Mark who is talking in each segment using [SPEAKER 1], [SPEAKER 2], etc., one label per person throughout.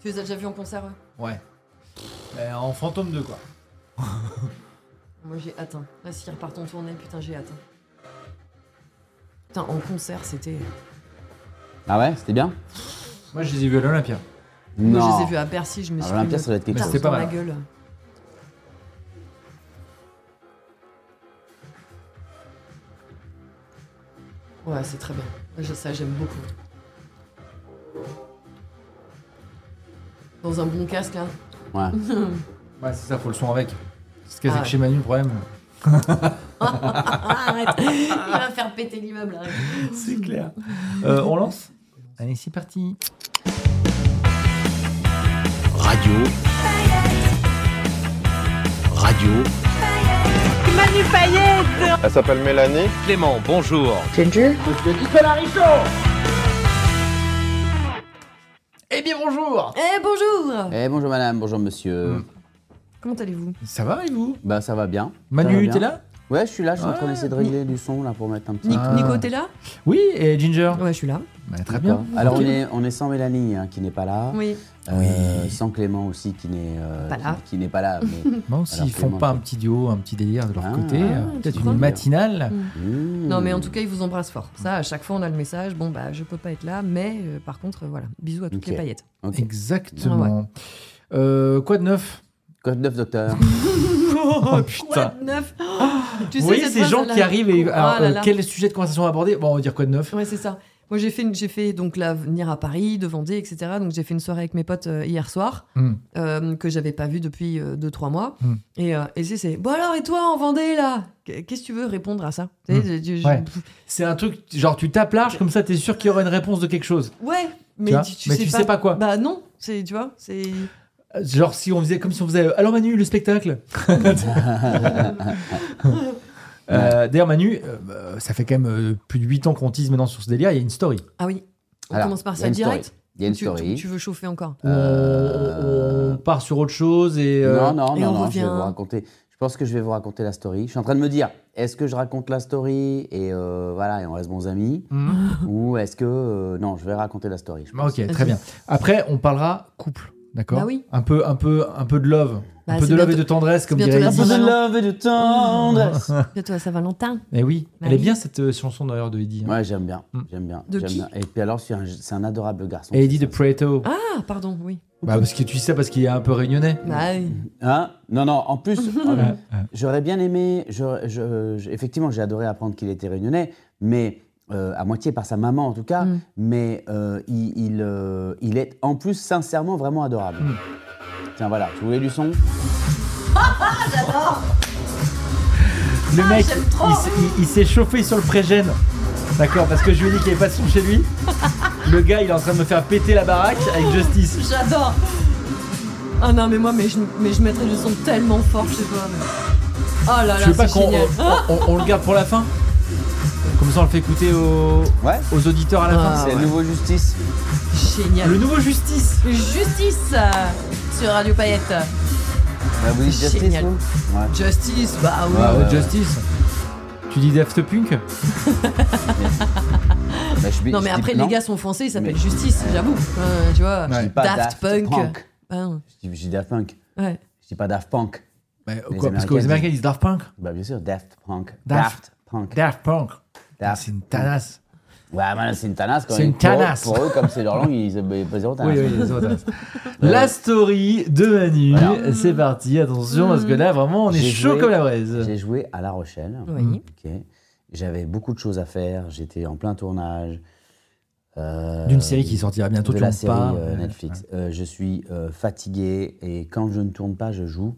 [SPEAKER 1] Tu les as déjà vus en concert eux
[SPEAKER 2] Ouais. Euh, en fantôme 2, quoi.
[SPEAKER 1] Moi j'ai hâte. hein. Là s'ils repartent en tournée, putain j'ai hâte. hein. Putain, en concert c'était.
[SPEAKER 3] Ah ouais, c'était bien
[SPEAKER 2] Moi, je les ai vus à l'Olympia.
[SPEAKER 1] Moi
[SPEAKER 3] Non.
[SPEAKER 1] je les ai vus à Bercy, je me
[SPEAKER 3] Ah,
[SPEAKER 1] suis
[SPEAKER 3] l'Olympia,
[SPEAKER 1] pris
[SPEAKER 3] ça doit être quelque
[SPEAKER 1] une
[SPEAKER 2] chose.
[SPEAKER 1] tarte dans
[SPEAKER 2] C'était pas
[SPEAKER 1] la
[SPEAKER 2] mal.
[SPEAKER 1] gueule. Ouais, c'est très bien. Moi, je- ça, j'aime beaucoup. Dans un bon casque, là.
[SPEAKER 3] Ouais.
[SPEAKER 2] Ouais, c'est ça, faut le son avec. Parce que
[SPEAKER 1] Ah
[SPEAKER 2] c'est
[SPEAKER 1] ouais.
[SPEAKER 2] que chez Manu, le problème.
[SPEAKER 1] Ah, arrête Il va faire péter l'immeuble, arrête.
[SPEAKER 2] C'est clair. Euh, on lance Allez, c'est parti.
[SPEAKER 4] Radio. Radio.
[SPEAKER 5] Elle s'appelle Mélanie.
[SPEAKER 6] Clément, bonjour.
[SPEAKER 2] Eh bien, bonjour
[SPEAKER 1] Eh, bonjour
[SPEAKER 3] Eh bonjour madame, bonjour monsieur.
[SPEAKER 2] Mm.
[SPEAKER 1] Comment allez-vous
[SPEAKER 2] Ça va et vous
[SPEAKER 3] Bah ça va bien. Ça va
[SPEAKER 2] Manu,
[SPEAKER 3] bien.
[SPEAKER 2] t'es là
[SPEAKER 3] Ouais, je suis là, je suis en train
[SPEAKER 2] Ouais.
[SPEAKER 3] d'essayer de régler du son là pour mettre un petit.
[SPEAKER 2] Ah.
[SPEAKER 1] Nico, t'es là
[SPEAKER 2] Oui, et Ginger
[SPEAKER 1] Ouais, je suis là.
[SPEAKER 2] Bah, Très bien.
[SPEAKER 3] Alors on est, on est sans Mélanie hein, qui n'est pas là,
[SPEAKER 1] Oui.
[SPEAKER 3] Euh, sans Clément aussi qui n'est euh,
[SPEAKER 1] Pas là.
[SPEAKER 3] qui n'est pas là. Mais...
[SPEAKER 2] Bon, s'ils
[SPEAKER 3] Alors,
[SPEAKER 2] font
[SPEAKER 3] Clément,
[SPEAKER 2] pas un
[SPEAKER 3] toi.
[SPEAKER 2] petit duo, un petit délire de leur
[SPEAKER 3] Ah,
[SPEAKER 2] côté,
[SPEAKER 3] ah,
[SPEAKER 2] euh,
[SPEAKER 3] tu
[SPEAKER 2] peut-être
[SPEAKER 3] crois
[SPEAKER 2] une matinale. Hmm.
[SPEAKER 3] Mmh.
[SPEAKER 1] Non, mais en tout cas, ils vous embrassent fort. Ça, à chaque fois, on a le message. Bon, bah, je peux pas être là, mais euh, par contre, euh, voilà. Bisous à toutes
[SPEAKER 3] Ok.
[SPEAKER 1] les paillettes.
[SPEAKER 3] Ok.
[SPEAKER 2] Exactement.
[SPEAKER 1] Ah
[SPEAKER 2] Euh, quoi de neuf
[SPEAKER 3] Code 9 docteur.
[SPEAKER 2] Oh
[SPEAKER 1] Quoi de neuf Tu
[SPEAKER 2] Vous voyez
[SPEAKER 1] cette
[SPEAKER 2] ces
[SPEAKER 1] phrase,
[SPEAKER 2] gens
[SPEAKER 1] elle
[SPEAKER 2] qui
[SPEAKER 1] a-
[SPEAKER 2] arrivent et.
[SPEAKER 1] Oh
[SPEAKER 2] alors,
[SPEAKER 1] là
[SPEAKER 2] euh,
[SPEAKER 1] là.
[SPEAKER 2] quel sujet de conversation aborder Bon, on va dire quoi de neuf
[SPEAKER 1] Ouais, c'est ça. Moi, j'ai fait, une- j'ai fait donc là, venir à Paris, de Vendée, etc. Donc, j'ai fait une soirée avec mes potes euh, hier soir,
[SPEAKER 2] Hmm.
[SPEAKER 1] euh, que j'avais pas vue depuis 2-3 mois.
[SPEAKER 2] Hmm.
[SPEAKER 1] Et, euh, et c'est, c'est, bon alors, et toi en Vendée, là Qu- Qu'est-ce que tu veux répondre à ça Tu sais, je- je- je-
[SPEAKER 2] Hmm. Ouais. C'est un truc, genre tu tapes large, comme ça t'es sûr qu'il y aura une réponse de quelque chose.
[SPEAKER 1] Ouais, mais
[SPEAKER 2] Tu vois
[SPEAKER 1] tu, tu
[SPEAKER 2] Mais
[SPEAKER 1] sais,
[SPEAKER 2] tu
[SPEAKER 1] pas...
[SPEAKER 2] sais pas quoi.
[SPEAKER 1] Bah non, c'est, tu vois, c'est.
[SPEAKER 2] Euh, Genre si on faisait comme si on faisait euh, Alors Manu, le spectacle Euh, D'ailleurs, Manu, euh, bah, ça fait quand même euh, plus de 8 ans qu'on tease maintenant sur ce délire. Il y a une story.
[SPEAKER 1] Ah oui, on
[SPEAKER 3] Alors,
[SPEAKER 1] commence par
[SPEAKER 3] il y a
[SPEAKER 1] ça
[SPEAKER 3] une
[SPEAKER 1] direct.
[SPEAKER 3] story. Il y a une
[SPEAKER 1] tu,
[SPEAKER 3] story.
[SPEAKER 1] tu- tu veux chauffer encore
[SPEAKER 2] Où on-
[SPEAKER 3] Euh,
[SPEAKER 2] On, part sur autre chose et. euh,
[SPEAKER 3] Non non
[SPEAKER 1] et
[SPEAKER 3] non
[SPEAKER 1] on
[SPEAKER 3] non, je vais
[SPEAKER 1] revient.
[SPEAKER 3] vous raconter. Je pense que je vais vous raconter la story. Je suis en train de me dire, est-ce que je raconte la story et euh, voilà et on reste bons amis
[SPEAKER 1] Ah,
[SPEAKER 2] hmm.
[SPEAKER 3] ou est-ce que euh, non, je vais raconter la story. je
[SPEAKER 2] Bah,
[SPEAKER 3] pense.
[SPEAKER 2] ok, très bien. Après, on parlera couple. D'accord
[SPEAKER 1] Bah oui.
[SPEAKER 2] un, peu, un, peu, un peu de love.
[SPEAKER 1] Bah,
[SPEAKER 2] un peu
[SPEAKER 1] c'est
[SPEAKER 2] de love et
[SPEAKER 1] bientôt-
[SPEAKER 2] de tendresse, comme
[SPEAKER 1] bientôt
[SPEAKER 2] dirait
[SPEAKER 1] la
[SPEAKER 2] Edith.
[SPEAKER 1] Saint- Saint-Valentin.
[SPEAKER 3] love et de tendresse.
[SPEAKER 1] Bientôt à Saint-Valentin.
[SPEAKER 2] Mais oui,
[SPEAKER 1] Bah
[SPEAKER 2] elle est
[SPEAKER 1] oui.
[SPEAKER 2] bien cette euh, chanson d'ailleurs de Eddie. hein.
[SPEAKER 3] Ouais, j'aime bien,
[SPEAKER 2] Mm.
[SPEAKER 3] j'aime bien,
[SPEAKER 1] De
[SPEAKER 3] j'aime
[SPEAKER 1] qui
[SPEAKER 3] bien. Et puis alors, c'est un, c'est un adorable garçon.
[SPEAKER 2] Et Eddie de Preto.
[SPEAKER 1] Ah, pardon, oui.
[SPEAKER 2] Bah, parce que tu sais, parce qu'il est un peu réunionnais.
[SPEAKER 1] Bah, oui.
[SPEAKER 3] Hein non, non, en plus, euh, j'aurais bien aimé, je- je- je- effectivement, j'ai adoré apprendre qu'il était réunionnais, mais euh, à moitié par sa maman en tout cas,
[SPEAKER 1] Mm.
[SPEAKER 3] mais euh, il, il, euh, il est en plus sincèrement vraiment adorable.
[SPEAKER 1] Mm.
[SPEAKER 3] Tiens, voilà, tu voulais du son
[SPEAKER 2] Le mec, il, s- il- il s'est chauffé sur le pré-gène. D'accord, parce que je lui ai dit qu'il n'y avait pas de son chez lui. Le gars, il est en train de me faire péter la baraque avec Justice.
[SPEAKER 1] Oh, J'adore Ah non, mais moi, mais je, mais je mettrais le son tellement fort chez toi. mais- Oh là
[SPEAKER 2] Je
[SPEAKER 1] là,
[SPEAKER 2] veux pas
[SPEAKER 1] c'est
[SPEAKER 2] qu'on
[SPEAKER 1] génial.
[SPEAKER 2] on, on- on le garde pour la fin. Comme ça, on le fait écouter aux,
[SPEAKER 3] Ouais,
[SPEAKER 2] aux auditeurs à la
[SPEAKER 1] Ah
[SPEAKER 2] fin.
[SPEAKER 3] c'est le nouveau Justice.
[SPEAKER 1] Génial.
[SPEAKER 2] Le nouveau Justice.
[SPEAKER 1] Justice euh, sur Radio Payette.
[SPEAKER 3] Bah, vous dites
[SPEAKER 1] C'est
[SPEAKER 3] Justice,
[SPEAKER 1] génial.
[SPEAKER 3] vous Ouais,
[SPEAKER 1] Justice, bah oui.
[SPEAKER 3] Ah ouais, ouais.
[SPEAKER 2] Justice. Tu dis Daft Punk
[SPEAKER 3] Bah, je-
[SPEAKER 1] Non,
[SPEAKER 3] je
[SPEAKER 1] mais
[SPEAKER 3] dis-
[SPEAKER 1] après,
[SPEAKER 3] non,
[SPEAKER 1] les gars sont français, ils s'appellent
[SPEAKER 3] Mais-
[SPEAKER 1] Justice, j'avoue. Euh, tu vois.
[SPEAKER 3] je dis
[SPEAKER 2] Ouais.
[SPEAKER 3] pas
[SPEAKER 1] Daft Punk.
[SPEAKER 3] Punk.
[SPEAKER 1] Ah non.
[SPEAKER 3] Je dis, je dis Daft Punk.
[SPEAKER 1] Ouais.
[SPEAKER 3] Je dis pas Daft Punk.
[SPEAKER 2] Mais
[SPEAKER 3] Les
[SPEAKER 2] quoi Parce que
[SPEAKER 3] Américains
[SPEAKER 2] les Américains ils disent Daft Punk.
[SPEAKER 3] Bah bien sûr, Daft Punk.
[SPEAKER 2] Daft.
[SPEAKER 3] Daft Punk.
[SPEAKER 2] Daft Punk.
[SPEAKER 3] Daft.
[SPEAKER 2] C'est une tanasse.
[SPEAKER 3] Ouais, mais c'est une tanasse quand
[SPEAKER 2] C'est
[SPEAKER 3] même.
[SPEAKER 2] une tanasse.
[SPEAKER 3] Pour, eux- pour eux, comme c'est leur langue, ils ils pas zéro tanasse.
[SPEAKER 2] les autres. La story de Manu.
[SPEAKER 3] Voilà.
[SPEAKER 2] C'est parti. Attention, parce que là, vraiment, on est
[SPEAKER 3] J'ai
[SPEAKER 2] chaud
[SPEAKER 3] joué-
[SPEAKER 2] comme la braise.
[SPEAKER 3] J'ai joué à La Rochelle.
[SPEAKER 1] Oui.
[SPEAKER 3] Ok. J'avais beaucoup de choses à faire. J'étais en plein tournage. Euh,
[SPEAKER 2] D'une série qui sortira bientôt,
[SPEAKER 3] de
[SPEAKER 2] tu Hein. en
[SPEAKER 3] la série
[SPEAKER 2] parles.
[SPEAKER 3] euh,
[SPEAKER 2] Ouais.
[SPEAKER 3] Netflix. Euh, je suis euh, fatigué et quand je ne tourne pas, je joue.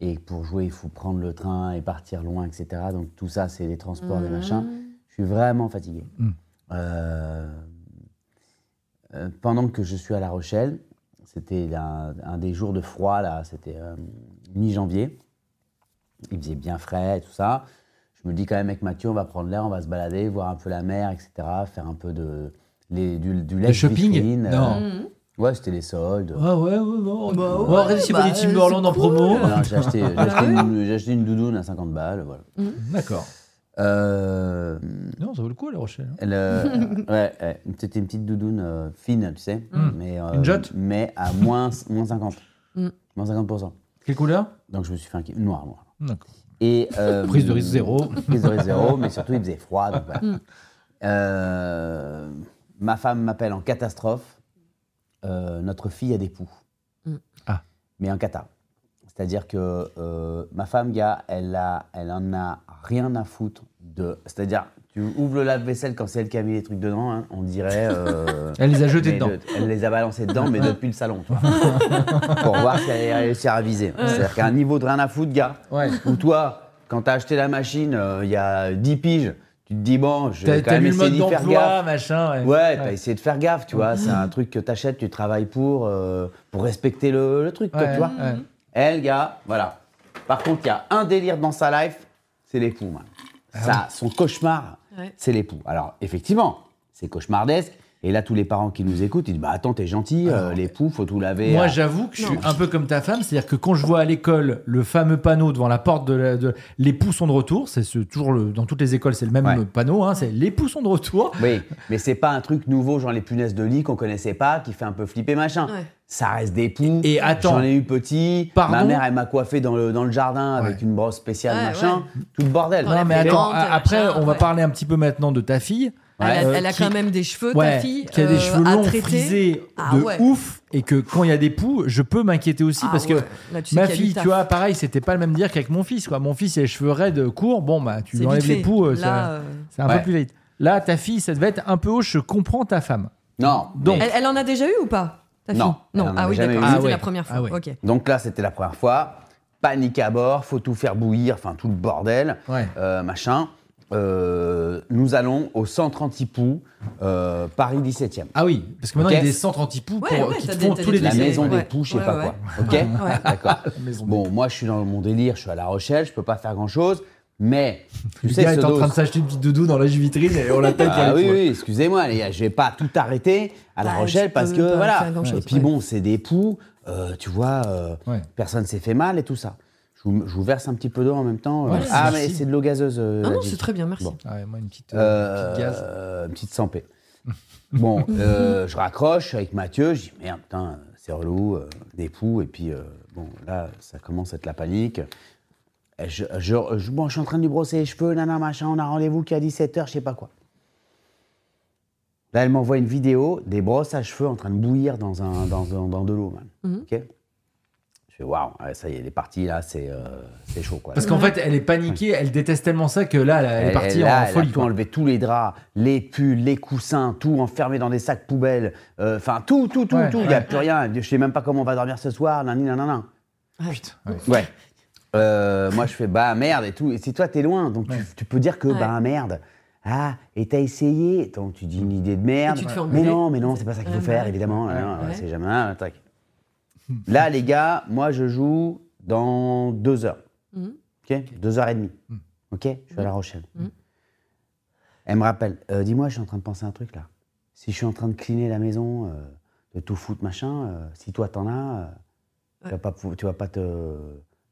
[SPEAKER 3] Et pour jouer, il faut prendre le train et partir loin, etc. Donc tout ça, c'est les transports, les machins. Je suis vraiment fatigué.
[SPEAKER 2] Mm.
[SPEAKER 3] Euh, euh, pendant que je suis à La Rochelle, c'était un, un des jours de froid, là, c'était euh, mi-janvier. Il faisait bien frais et tout ça. Je me dis quand même avec Mathieu, on va prendre l'air, on va se balader, voir un peu la mer, etc. Faire un peu de, les, du, du lake
[SPEAKER 2] shopping
[SPEAKER 3] vitrine, euh.
[SPEAKER 2] Non. Oh.
[SPEAKER 1] Mhm.
[SPEAKER 3] ouais, c'était les soldes.
[SPEAKER 2] Ouais, ouais, ouais, non.
[SPEAKER 1] Bah
[SPEAKER 2] on
[SPEAKER 1] ouais,
[SPEAKER 2] réussit
[SPEAKER 1] bah,
[SPEAKER 2] pas des Tim
[SPEAKER 1] c'est
[SPEAKER 2] Borland en
[SPEAKER 1] cool.
[SPEAKER 2] promo.
[SPEAKER 3] Voilà, j'ai acheté,
[SPEAKER 2] Ah
[SPEAKER 3] j'ai acheté une, j'ai acheté une doudoune à 50 balles, voilà.
[SPEAKER 2] D'accord.
[SPEAKER 3] Euh,
[SPEAKER 2] Non, ça vaut le coup, La Rochelle. hein.
[SPEAKER 3] elle, euh, ouais, ouais, c'était une petite doudoune euh, fine, tu sais. Mais, euh,
[SPEAKER 2] Mm. Une jotte
[SPEAKER 3] Mais à moins, moins 50.
[SPEAKER 1] Mm.
[SPEAKER 3] Moins 50%.
[SPEAKER 2] Quelle couleur
[SPEAKER 3] Donc je me suis fait un kiff. Noir, noir.
[SPEAKER 2] D'accord.
[SPEAKER 3] Et, euh,
[SPEAKER 2] Prise de risque zéro. Mm.
[SPEAKER 3] Prise de risque zéro, mais surtout il faisait froid. donc voilà. Euh, ma femme m'appelle en catastrophe. Euh, notre fille a des poux.
[SPEAKER 1] Mm.
[SPEAKER 2] Ah.
[SPEAKER 3] Mais en cata. C'est-à-dire que euh, ma femme, gars, elle, a, elle en a rien à foutre de. C'est-à-dire, tu ouvres le lave-vaisselle quand c'est elle qui a mis les trucs dedans, hein, on dirait. euh,
[SPEAKER 2] Elle les a jetés
[SPEAKER 3] mais
[SPEAKER 2] dedans.
[SPEAKER 3] de- elle les a balancés dedans, mais depuis le salon, tu vois. pour voir si elle allait réussir à viser. C'est-à-dire qu'un niveau de rien à foutre, gars,
[SPEAKER 2] Ouais.
[SPEAKER 3] où toi, quand t'as acheté la machine euh, il y a 10 piges, tu te dis, bon, je
[SPEAKER 2] T'as
[SPEAKER 3] vais quand
[SPEAKER 2] t'as
[SPEAKER 3] même
[SPEAKER 2] mis le
[SPEAKER 3] essayer
[SPEAKER 2] mode
[SPEAKER 3] d'y faire
[SPEAKER 2] d'emploi,
[SPEAKER 3] gaffe.
[SPEAKER 2] machin. Ouais,
[SPEAKER 3] Ouais, t'as essayé de faire gaffe, tu vois. C'est un truc que t'achètes, tu travailles pour, euh, pour respecter le, le truc, quoi,
[SPEAKER 2] Ouais,
[SPEAKER 3] tu vois.
[SPEAKER 2] ouais.
[SPEAKER 3] Elle, gars, voilà. Par contre, il y a un délire dans sa life, c'est les poux, man.
[SPEAKER 2] Ah
[SPEAKER 3] Ça, son cauchemar,
[SPEAKER 1] Ouais.
[SPEAKER 3] c'est les poux. Alors, effectivement, c'est cauchemardesque. Et là, tous les parents qui nous écoutent, ils disent Bah attends, t'es gentil, euh, les poux, faut tout laver.
[SPEAKER 2] Ah Moi,
[SPEAKER 3] à-
[SPEAKER 2] j'avoue que je suis un peu comme ta femme, c'est-à-dire que quand je vois à l'école le fameux panneau devant la porte de, la- de- les poussons de retour, c'est ce, toujours le, dans toutes les écoles, c'est le même
[SPEAKER 3] Ouais.
[SPEAKER 2] panneau, hein, c'est les poussons de retour.
[SPEAKER 3] Oui, mais c'est pas un truc nouveau, genre les punaises de lit qu'on connaissait pas, qui fait un peu flipper machin.
[SPEAKER 1] Ouais.
[SPEAKER 3] Ça reste des poux.
[SPEAKER 2] Et- et attends.
[SPEAKER 3] J'en ai eu petit.
[SPEAKER 2] Pardon
[SPEAKER 3] Ma mère, elle m'a coiffé dans le, dans le jardin avec
[SPEAKER 2] Ouais.
[SPEAKER 3] une brosse spéciale,
[SPEAKER 1] Ouais,
[SPEAKER 3] machin.
[SPEAKER 1] ouais.
[SPEAKER 3] Tout le bordel.
[SPEAKER 1] Ouais,
[SPEAKER 2] Non, mais
[SPEAKER 1] les
[SPEAKER 2] attends,
[SPEAKER 1] plantes,
[SPEAKER 2] a- après,
[SPEAKER 1] machin,
[SPEAKER 2] on va
[SPEAKER 1] ouais.
[SPEAKER 2] parler un petit peu maintenant de ta fille.
[SPEAKER 1] Elle a,
[SPEAKER 2] euh,
[SPEAKER 1] elle a
[SPEAKER 2] qui-
[SPEAKER 1] quand même des cheveux,
[SPEAKER 2] Ouais,
[SPEAKER 1] ta fille.
[SPEAKER 2] qui a
[SPEAKER 1] euh,
[SPEAKER 2] des cheveux
[SPEAKER 1] à
[SPEAKER 2] longs,
[SPEAKER 1] traiter.
[SPEAKER 2] frisés
[SPEAKER 1] Ah
[SPEAKER 2] de
[SPEAKER 1] ouais.
[SPEAKER 2] ouf, et que quand il y a des poux, je peux m'inquiéter aussi
[SPEAKER 1] Ah
[SPEAKER 2] parce
[SPEAKER 1] ouais.
[SPEAKER 2] que
[SPEAKER 1] Là, tu sais qu'il y
[SPEAKER 2] ma
[SPEAKER 1] a du
[SPEAKER 2] fille,
[SPEAKER 1] taf.
[SPEAKER 2] tu vois, pareil, c'était pas le même dire qu'avec mon fils. Quoi. Mon fils, il a les cheveux raides, courts, bon, bah, tu lui
[SPEAKER 1] C'est
[SPEAKER 2] enlèves
[SPEAKER 1] vite
[SPEAKER 2] les
[SPEAKER 1] fait.
[SPEAKER 2] poux, euh,
[SPEAKER 1] Là,
[SPEAKER 2] ça-
[SPEAKER 1] euh,
[SPEAKER 2] c'est un
[SPEAKER 3] Ouais.
[SPEAKER 2] peu plus vite. Là, ta fille, ça devait être un peu haut, je comprends ta femme.
[SPEAKER 3] Non.
[SPEAKER 2] Donc,
[SPEAKER 1] elle, elle en a déjà eu ou pas ta fille
[SPEAKER 3] Non, elle en
[SPEAKER 1] ah
[SPEAKER 3] avait
[SPEAKER 1] oui,
[SPEAKER 3] jamais
[SPEAKER 1] d'accord.
[SPEAKER 3] eu. Euh,
[SPEAKER 1] C'était
[SPEAKER 2] Ah ouais.
[SPEAKER 1] la première fois.
[SPEAKER 2] Ah ouais.
[SPEAKER 1] Ok.
[SPEAKER 3] Donc là, c'était la première fois. Panique à bord, faut tout faire bouillir, enfin tout le bordel,
[SPEAKER 2] Ouais.
[SPEAKER 3] euh, machin. Euh, nous allons au centre anti-poux, euh, Paris 17 e
[SPEAKER 2] Ah oui, parce que maintenant
[SPEAKER 3] Ok.
[SPEAKER 2] il y a des centres anti-poux
[SPEAKER 1] Ouais,
[SPEAKER 2] pour-
[SPEAKER 1] ouais,
[SPEAKER 2] qui
[SPEAKER 1] t'as
[SPEAKER 2] te
[SPEAKER 1] des-
[SPEAKER 2] font
[SPEAKER 1] t'as
[SPEAKER 2] tous
[SPEAKER 1] des-
[SPEAKER 2] les
[SPEAKER 3] La
[SPEAKER 1] Ouais,
[SPEAKER 2] décès.
[SPEAKER 3] maison
[SPEAKER 1] ouais.
[SPEAKER 3] des poux, je sais
[SPEAKER 1] Ouais,
[SPEAKER 3] pas
[SPEAKER 1] ouais.
[SPEAKER 3] quoi. Ok D'accord.
[SPEAKER 2] maison des
[SPEAKER 3] Bon, moi, je suis dans mon délire, je suis à La Rochelle, je peux pas faire grand chose, mais tu
[SPEAKER 2] Le
[SPEAKER 3] sais,
[SPEAKER 2] gars
[SPEAKER 3] ce
[SPEAKER 2] est en
[SPEAKER 3] dos.
[SPEAKER 2] train de s'acheter une petite doudou dans la vitrine et on l'attaque
[SPEAKER 3] Ah
[SPEAKER 2] avec
[SPEAKER 3] oui,
[SPEAKER 2] toi.
[SPEAKER 3] oui, excusez-moi, les gars, je vais pas tout arrêter à La
[SPEAKER 1] Bah,
[SPEAKER 3] Rochelle
[SPEAKER 1] tu
[SPEAKER 3] parce
[SPEAKER 1] peux
[SPEAKER 3] que
[SPEAKER 1] pas
[SPEAKER 3] voilà.
[SPEAKER 1] faire grand-chose,
[SPEAKER 3] Et puis
[SPEAKER 1] ouais.
[SPEAKER 3] bon, c'est des poux, euh, tu vois, euh,
[SPEAKER 2] Ouais.
[SPEAKER 3] personne s'est fait mal et tout ça. Je vous, je vous verse un petit peu d'eau en même temps. euh.
[SPEAKER 2] Ouais,
[SPEAKER 3] ah,
[SPEAKER 2] merci.
[SPEAKER 3] mais c'est de l'eau gazeuse. euh,
[SPEAKER 1] Ah non,
[SPEAKER 3] Adil.
[SPEAKER 1] c'est très bien, merci.
[SPEAKER 3] Bon.
[SPEAKER 2] Ah ouais, moi une petite, euh,
[SPEAKER 3] Euh,
[SPEAKER 2] petite gaz.
[SPEAKER 3] une petite santé. Bon, euh, je raccroche avec Mathieu, je dis merde, putain, c'est relou, euh, des poux, et puis euh, bon, là, ça commence à être la panique. Et Je, je, je- bon, je suis en train de lui brosser les cheveux, nana, machin, on a rendez-vous qui est à 17h, je sais pas quoi. Là, elle m'envoie une vidéo des brosses à cheveux en train de bouillir dans, un, dans, un- dans de l'eau, man.
[SPEAKER 2] Mhm.
[SPEAKER 3] Ok Je fais waouh, ouais, ça y est, elle est partie, là, c'est euh, c'est chaud, quoi.
[SPEAKER 2] Parce qu'en fait, elle est paniquée, elle déteste tellement ça que là, elle, elle est partie
[SPEAKER 3] là,
[SPEAKER 2] en
[SPEAKER 3] elle
[SPEAKER 2] folie.
[SPEAKER 3] a tout
[SPEAKER 2] quoi.
[SPEAKER 3] enlevé tous les draps, les pulls, les coussins, tout enfermé dans des sacs poubelles. euh, Enfin, tout, tout, tout,
[SPEAKER 2] Ouais,
[SPEAKER 3] tout. Il n'y a plus rien. Je sais même pas comment on va dormir ce soir. Nan, nan, nan, nan.
[SPEAKER 1] Ah,
[SPEAKER 2] Ouais.
[SPEAKER 3] Ouais. Euh, moi, je fais bah merde et tout. Et si toi, t'es loin, donc tu, tu peux dire que
[SPEAKER 1] Ouais.
[SPEAKER 3] bah merde. Ah, et t'as essayé. Donc tu dis une idée de merde.
[SPEAKER 1] Et tu te fais
[SPEAKER 3] mais
[SPEAKER 1] engueuler.
[SPEAKER 3] non, mais non, c'est pas ça qu'il faut
[SPEAKER 1] Ouais, bah
[SPEAKER 3] faire,
[SPEAKER 1] ouais.
[SPEAKER 3] évidemment. Non, non,
[SPEAKER 1] Ouais.
[SPEAKER 3] C'est jamais un attaque. Là, les gars, moi, je joue dans deux heures.
[SPEAKER 1] Mhm.
[SPEAKER 3] Ok Deux heures et demie. Ok Je suis à La Rochelle. Elle me rappelle. Euh, Dis-moi, je suis en train de penser à un truc là. Si je suis en train de cleaner la maison, euh, de tout foutre machin, euh, si toi t'en as, euh, tu,
[SPEAKER 1] Ouais.
[SPEAKER 3] vas pas, pou- tu vas pas te,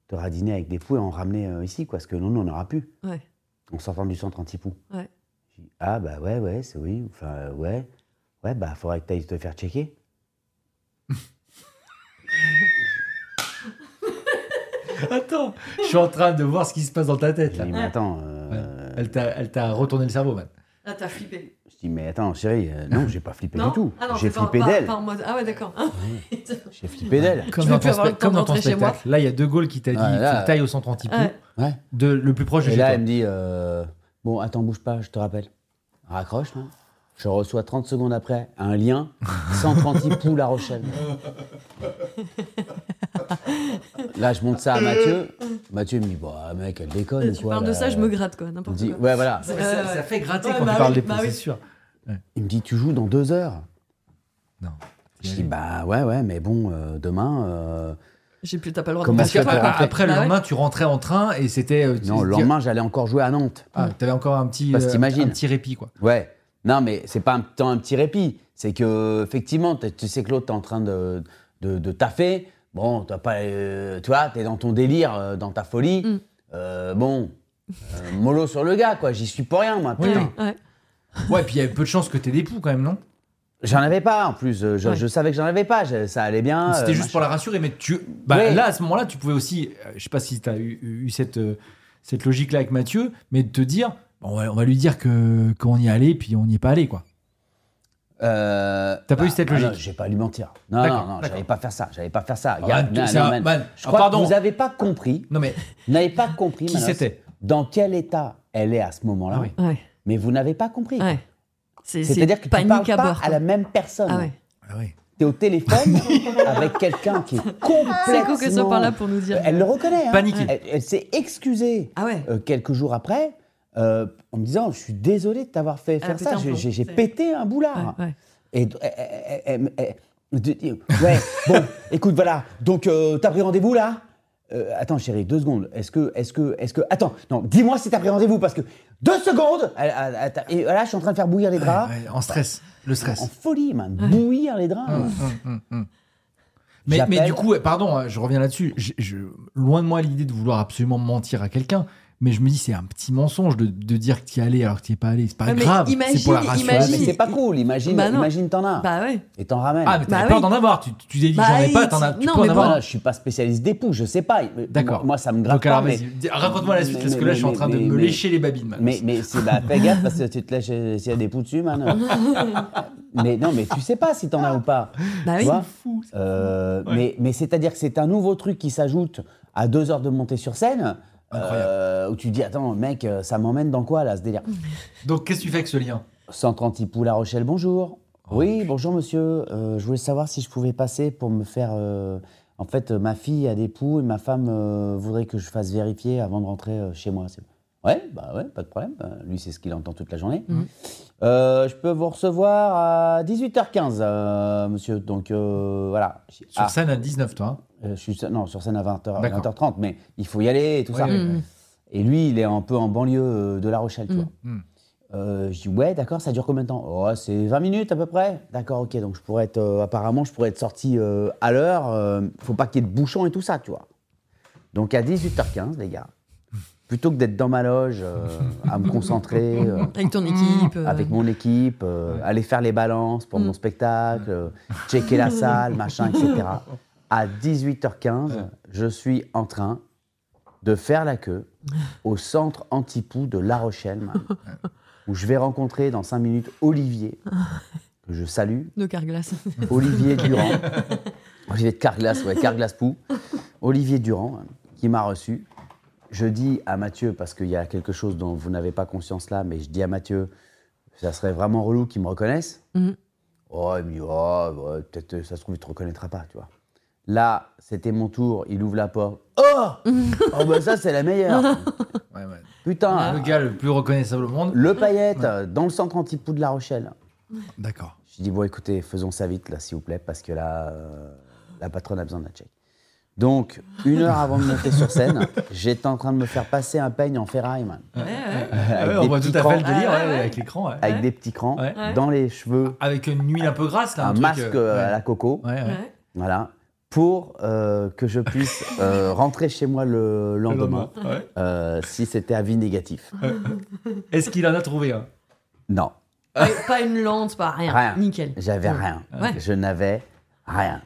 [SPEAKER 3] te radiner avec des poux et en ramener euh, ici, quoi, parce que non, non, on n'aura plus.
[SPEAKER 1] Ouais.
[SPEAKER 3] On s'entend du centre anti-poux.
[SPEAKER 1] Ouais.
[SPEAKER 3] J'ai dit, Ah bah ouais, ouais, c'est oui, enfin euh, ouais. Ouais, bah faudrait que t'ailles te faire checker.
[SPEAKER 2] Attends, je suis en train de voir ce qui se passe dans ta tête.
[SPEAKER 3] J'ai
[SPEAKER 2] Là.
[SPEAKER 3] dit, mais attends, euh,
[SPEAKER 2] Elle t'a- elle t'a retourné le cerveau, man.
[SPEAKER 1] Ah, t'as flippé.
[SPEAKER 3] je dis, mais attends, chérie, euh, non, j'ai pas flippé
[SPEAKER 1] Non
[SPEAKER 3] du tout.
[SPEAKER 1] Ah non,
[SPEAKER 3] j'ai
[SPEAKER 1] c'est pas-
[SPEAKER 3] flippé
[SPEAKER 1] pas-
[SPEAKER 3] d'elle.
[SPEAKER 1] pas en mode- Ah ouais, d'accord. Ah,
[SPEAKER 3] J'ai flippé d'elle.
[SPEAKER 2] Comme
[SPEAKER 1] veux
[SPEAKER 2] dans
[SPEAKER 1] plus
[SPEAKER 2] ton,
[SPEAKER 1] avoir
[SPEAKER 2] spe-
[SPEAKER 1] le temps
[SPEAKER 2] comme
[SPEAKER 1] de
[SPEAKER 2] dans ton
[SPEAKER 1] rentrer chez moi.
[SPEAKER 2] spectacle. Là, il y a De Gaulle qui t'a dit
[SPEAKER 3] Ouais, là,
[SPEAKER 2] faut que t'ailles au centre anti
[SPEAKER 1] ouais.
[SPEAKER 3] Ouais.
[SPEAKER 2] de le plus proche de
[SPEAKER 3] Et
[SPEAKER 2] chez
[SPEAKER 3] là,
[SPEAKER 2] toi.
[SPEAKER 3] elle me dit euh, Bon, attends, bouge pas, je te rappelle. Raccroche, non Je reçois 30 secondes après un lien 130 hipoux La Rochelle. Là, je monte ça à Mathieu. Mathieu me dit Bah, mec, elle déconne. ou
[SPEAKER 1] tu
[SPEAKER 3] quoi,
[SPEAKER 1] parles de
[SPEAKER 3] là
[SPEAKER 1] ça, je me gratte quoi,
[SPEAKER 3] Il me
[SPEAKER 1] n'importe
[SPEAKER 3] dit,
[SPEAKER 1] quoi.
[SPEAKER 3] Ouais, voilà.
[SPEAKER 1] C'est-
[SPEAKER 2] Ouais, ça,
[SPEAKER 1] ouais.
[SPEAKER 2] ça fait gratter
[SPEAKER 1] Ouais,
[SPEAKER 2] quand
[SPEAKER 1] bah
[SPEAKER 2] tu parles
[SPEAKER 1] oui,
[SPEAKER 2] des
[SPEAKER 1] bah
[SPEAKER 2] pots, c'est
[SPEAKER 1] oui.
[SPEAKER 2] sûr.
[SPEAKER 3] Il me dit Tu joues dans deux heures.
[SPEAKER 2] Non.
[SPEAKER 3] Je dis Bah, ouais, ouais, mais bon, euh, demain. euh,
[SPEAKER 1] J'ai plus, t'as pas le droit de
[SPEAKER 3] Comment
[SPEAKER 1] me
[SPEAKER 2] Parce
[SPEAKER 3] Parce
[SPEAKER 1] dire
[SPEAKER 3] que
[SPEAKER 2] qu'après,
[SPEAKER 3] t'as
[SPEAKER 1] quoi.
[SPEAKER 3] rentré-
[SPEAKER 2] après, le
[SPEAKER 1] Bah ouais.
[SPEAKER 2] lendemain, tu rentrais en train et c'était. euh, tu-
[SPEAKER 3] non,
[SPEAKER 2] tu-
[SPEAKER 3] le lendemain, j'allais encore jouer à Nantes.
[SPEAKER 2] Ah, t'avais encore un
[SPEAKER 1] Bah,
[SPEAKER 2] petit,
[SPEAKER 3] Parce
[SPEAKER 2] euh,
[SPEAKER 3] t'imagines.
[SPEAKER 2] un petit répit, quoi.
[SPEAKER 3] Ouais. Non, mais c'est pas un, tant un petit répit. C'est que, effectivement, t'es- tu sais que l'autre, t'es en train de, de, de taffer. Bon, t'as pas. euh, tu vois, t'es dans ton délire, euh, dans ta folie.
[SPEAKER 1] Mm.
[SPEAKER 3] Euh, bon, euh, mollo sur le gars, quoi. J'y suis pour rien, moi.
[SPEAKER 2] Oui,
[SPEAKER 3] putain.
[SPEAKER 2] oui.
[SPEAKER 1] Ouais.
[SPEAKER 2] Ouais, puis il y avait peu de chances que t'aies des poux quand même, non
[SPEAKER 3] J'en avais pas, en plus. Je,
[SPEAKER 1] Ouais.
[SPEAKER 3] je savais que j'en avais pas. Je- ça allait bien.
[SPEAKER 2] C'était
[SPEAKER 3] euh,
[SPEAKER 2] juste pour la rassurer, mais tu. Bah,
[SPEAKER 3] Ouais.
[SPEAKER 2] Là, à ce moment-là, tu pouvais aussi. euh, Je sais pas si t'as eu, eu cette, euh, cette logique-là avec Mathieu, mais de te dire bon, on, va, on va lui dire que qu'on y est allé, puis on n'y est pas allé, quoi.
[SPEAKER 3] Euh,
[SPEAKER 2] T'as pas eu cette
[SPEAKER 3] ah
[SPEAKER 2] logique
[SPEAKER 3] non, je vais pas lui mentir. Non,
[SPEAKER 2] D'accord,
[SPEAKER 3] non, non,
[SPEAKER 2] d'accord.
[SPEAKER 3] j'allais pas faire ça. J'allais pas faire ça.
[SPEAKER 2] Ah,
[SPEAKER 3] Il y a-
[SPEAKER 2] man,
[SPEAKER 3] non,
[SPEAKER 2] c'est
[SPEAKER 3] non,
[SPEAKER 2] un-
[SPEAKER 3] man.
[SPEAKER 2] man.
[SPEAKER 3] Je
[SPEAKER 2] Ah,
[SPEAKER 3] crois
[SPEAKER 2] pardon.
[SPEAKER 3] que vous avez pas compris.
[SPEAKER 2] Non, mais
[SPEAKER 3] Vous n'avez pas compris,
[SPEAKER 2] qui
[SPEAKER 3] Manos,
[SPEAKER 2] c'était
[SPEAKER 3] Dans quel état elle est à ce moment-là.
[SPEAKER 2] Ah oui.
[SPEAKER 1] Ouais.
[SPEAKER 3] Mais vous n'avez pas compris.
[SPEAKER 1] Ouais. C'est c'est
[SPEAKER 3] C'est-à-dire que tu
[SPEAKER 1] panique
[SPEAKER 3] parles pas
[SPEAKER 1] à bord.
[SPEAKER 3] à la
[SPEAKER 1] quoi.
[SPEAKER 3] même personne.
[SPEAKER 1] Ah ouais.
[SPEAKER 2] Ah oui.
[SPEAKER 3] Tu es au téléphone avec quelqu'un qui est complètement...
[SPEAKER 1] C'est cool qu'elle soit par là pour nous dire.
[SPEAKER 3] Elle le reconnaît. hein.
[SPEAKER 2] Paniquée.
[SPEAKER 3] Elle, elle s'est excusée
[SPEAKER 1] Ah ouais.
[SPEAKER 3] euh, quelques jours après euh, en me disant « Je suis désolé de t'avoir fait
[SPEAKER 1] a
[SPEAKER 3] faire
[SPEAKER 1] pété Ah,
[SPEAKER 3] ça.
[SPEAKER 1] un
[SPEAKER 3] J'ai-
[SPEAKER 1] plomb.
[SPEAKER 3] J'ai j'ai
[SPEAKER 1] C'est-
[SPEAKER 3] pété un boulard.
[SPEAKER 1] Ouais, ouais.
[SPEAKER 3] Et euh, euh, euh, euh, euh, de- euh, ouais, bon, écoute, voilà. Donc, euh, t'as pris rendez-vous là Euh, Attends, chérie, deux secondes. Est-ce que, est-ce que, est-ce que, attends, non, dis-moi si t'as pris rendez-vous parce que deux secondes. Elle- elle- elle t'a- Et là, je suis en train de faire bouillir les
[SPEAKER 2] Ah,
[SPEAKER 3] draps.
[SPEAKER 2] Ouais, en stress, le stress.
[SPEAKER 3] En folie, man. Bouillir les draps. man.
[SPEAKER 2] Hum, hum, hum. Mais, mais
[SPEAKER 3] J'appelle.
[SPEAKER 2] du coup, pardon, hein, je reviens là-dessus. Je- je- loin de moi l'idée de vouloir absolument mentir à quelqu'un, mais je me dis c'est un petit mensonge de, de dire que tu es allé alors que tu es pas allé. C'est pas
[SPEAKER 1] Ouais, mais
[SPEAKER 2] grave. c'est pour la
[SPEAKER 1] imagine-
[SPEAKER 2] rassurer.
[SPEAKER 3] Ouais, mais
[SPEAKER 1] imagine-
[SPEAKER 3] c'est pas cool. Imagine,
[SPEAKER 1] Bah non.
[SPEAKER 3] imagine t'en as
[SPEAKER 1] Bah ouais.
[SPEAKER 3] et t'en ramènes.
[SPEAKER 2] Ah, mais t'avais
[SPEAKER 1] Bah
[SPEAKER 2] peur
[SPEAKER 1] oui.
[SPEAKER 2] d'en avoir. Tu, tu t'es dit
[SPEAKER 1] Bah
[SPEAKER 2] j'en ai
[SPEAKER 1] oui,
[SPEAKER 2] pas, t'en as,
[SPEAKER 1] tu-
[SPEAKER 2] tu
[SPEAKER 1] non,
[SPEAKER 2] peux en
[SPEAKER 1] mais bon.
[SPEAKER 2] avoir.
[SPEAKER 3] Voilà, je suis pas spécialiste des poux, je sais pas. Mais-
[SPEAKER 2] D'accord.
[SPEAKER 3] Moi, ça me gratte
[SPEAKER 2] Donc alors
[SPEAKER 3] pas, Bah, mais-
[SPEAKER 2] vas-y, dis- raconte-moi la suite
[SPEAKER 3] mais-
[SPEAKER 2] parce que
[SPEAKER 3] mais-
[SPEAKER 2] là je suis en
[SPEAKER 3] mais-
[SPEAKER 2] train de
[SPEAKER 3] mais-
[SPEAKER 2] me
[SPEAKER 3] mais-
[SPEAKER 2] lécher les babines. Manos.
[SPEAKER 3] Mais, mais c'est- bah, fais gaffe parce que tu te lèches euh, s'il y a des poux dessus, man. mais non, mais tu sais pas si t'en as ou pas.
[SPEAKER 1] Bah
[SPEAKER 3] Tu
[SPEAKER 1] oui.
[SPEAKER 3] vois
[SPEAKER 2] Fou, ça.
[SPEAKER 3] Euh,
[SPEAKER 2] Ouais.
[SPEAKER 3] Mais, mais c'est-à-dire que c'est un nouveau truc qui s'ajoute à deux heures de montée sur scène.
[SPEAKER 2] Incroyable.
[SPEAKER 3] euh, où tu dis, attends, mec, euh, ça m'emmène dans quoi là, ce délire
[SPEAKER 2] Donc qu'est-ce que tu fais avec ce lien
[SPEAKER 3] 130 hipoux La Rochelle, bonjour. oui, bonjour monsieur. Euh, je voulais savoir si je pouvais passer pour me faire. euh, En fait, euh, ma fille a des poux et ma femme euh, voudrait que je fasse vérifier avant de rentrer euh, chez moi. C'est- Ouais, bah ouais, pas de problème. Euh, lui, c'est ce qu'il entend toute la journée.
[SPEAKER 1] Mhm.
[SPEAKER 3] Euh, je peux vous recevoir à 18h15, euh, monsieur. Donc euh, voilà. Je dis,
[SPEAKER 2] Sur
[SPEAKER 3] ah,
[SPEAKER 2] scène à 19 toi. hein
[SPEAKER 3] euh, je suis, non, sur scène à 20h,
[SPEAKER 2] D'accord.
[SPEAKER 3] 20h30, mais il faut y aller et tout
[SPEAKER 2] Ouais,
[SPEAKER 3] ça.
[SPEAKER 2] ouais, ouais.
[SPEAKER 1] Mm.
[SPEAKER 3] Et lui, il est un peu en banlieue euh, de La Rochelle, tu
[SPEAKER 1] Mm.
[SPEAKER 3] vois.
[SPEAKER 2] Mm.
[SPEAKER 3] Euh, je dis, ouais, d'accord, ça dure combien de temps Oh, c'est 20 minutes à peu près. D'accord, ok, donc je pourrais être, euh, apparemment, je pourrais être sorti euh, à l'heure. euh, faut pas qu'il y ait de bouchons et tout ça, tu vois. Donc à 18h15, les gars, plutôt que d'être dans ma loge, euh, à me concentrer, euh,
[SPEAKER 1] Avec ton équipe. euh,
[SPEAKER 3] avec mon équipe, euh, aller faire les balances pour
[SPEAKER 1] Mm.
[SPEAKER 3] mon spectacle, euh, checker la salle, machin, etc. À 18h15, je suis en train de faire la queue au centre Antipou de La Rochelle, man, où je vais rencontrer dans 5 minutes Olivier, que je salue,
[SPEAKER 1] De Carglass.
[SPEAKER 3] Olivier Durand, Olivier de Carglass, ouais, Carglass Pou, Olivier Durand, hein, qui m'a reçu. Je dis à Mathieu, parce qu'il y a quelque chose dont vous n'avez pas conscience là, mais je dis à Mathieu, ça serait vraiment relou qu'il me reconnaisse.
[SPEAKER 1] Mhm.
[SPEAKER 3] Oh, il me dit, oh, ouais, peut-être euh, ça se trouve, il te reconnaîtra pas, tu vois. Là, c'était mon tour, il ouvre la porte. Oh Oh, bah ça, c'est la meilleure
[SPEAKER 2] Ouais, ouais.
[SPEAKER 3] Putain
[SPEAKER 2] Le
[SPEAKER 3] hein.
[SPEAKER 2] gars le plus reconnaissable au monde.
[SPEAKER 3] Le paillette, euh, dans le centre Antipou de La Rochelle.
[SPEAKER 2] D'accord.
[SPEAKER 3] J'ai dit, bon, écoutez, faisons ça vite, là, s'il vous plaît, parce que là, euh, la patronne a besoin de la check. Donc, une heure avant de monter sur scène, j'étais en train de me faire passer un peigne en ferraille, man.
[SPEAKER 1] Ouais, ouais.
[SPEAKER 2] Ah ouais,
[SPEAKER 3] des
[SPEAKER 2] on voit tout
[SPEAKER 3] petits
[SPEAKER 2] à fait
[SPEAKER 3] crans.
[SPEAKER 2] le délire
[SPEAKER 1] Ah,
[SPEAKER 2] ouais,
[SPEAKER 1] ouais,
[SPEAKER 2] avec l'écran. ouais.
[SPEAKER 3] Avec des petits crans,
[SPEAKER 2] Ouais.
[SPEAKER 1] Ouais.
[SPEAKER 3] dans les cheveux,
[SPEAKER 2] Avec une huile un peu grasse là.
[SPEAKER 3] un,
[SPEAKER 2] Un, truc,
[SPEAKER 3] masque
[SPEAKER 2] euh,
[SPEAKER 3] euh, à la coco,
[SPEAKER 2] ouais. Ouais, ouais.
[SPEAKER 1] Ouais.
[SPEAKER 3] voilà, pour euh, que je puisse euh, rentrer chez moi le
[SPEAKER 2] Le
[SPEAKER 3] lendemain,
[SPEAKER 2] lendemain, ouais.
[SPEAKER 3] euh, si c'était avis négatif.
[SPEAKER 2] Est-ce qu'il en a trouvé un
[SPEAKER 3] Non,
[SPEAKER 1] Pas- Pas une lente, pas rien.
[SPEAKER 3] Rien.
[SPEAKER 1] Nickel.
[SPEAKER 3] j'avais
[SPEAKER 1] Ouais.
[SPEAKER 3] rien.
[SPEAKER 1] Ouais.
[SPEAKER 3] Je n'avais rien.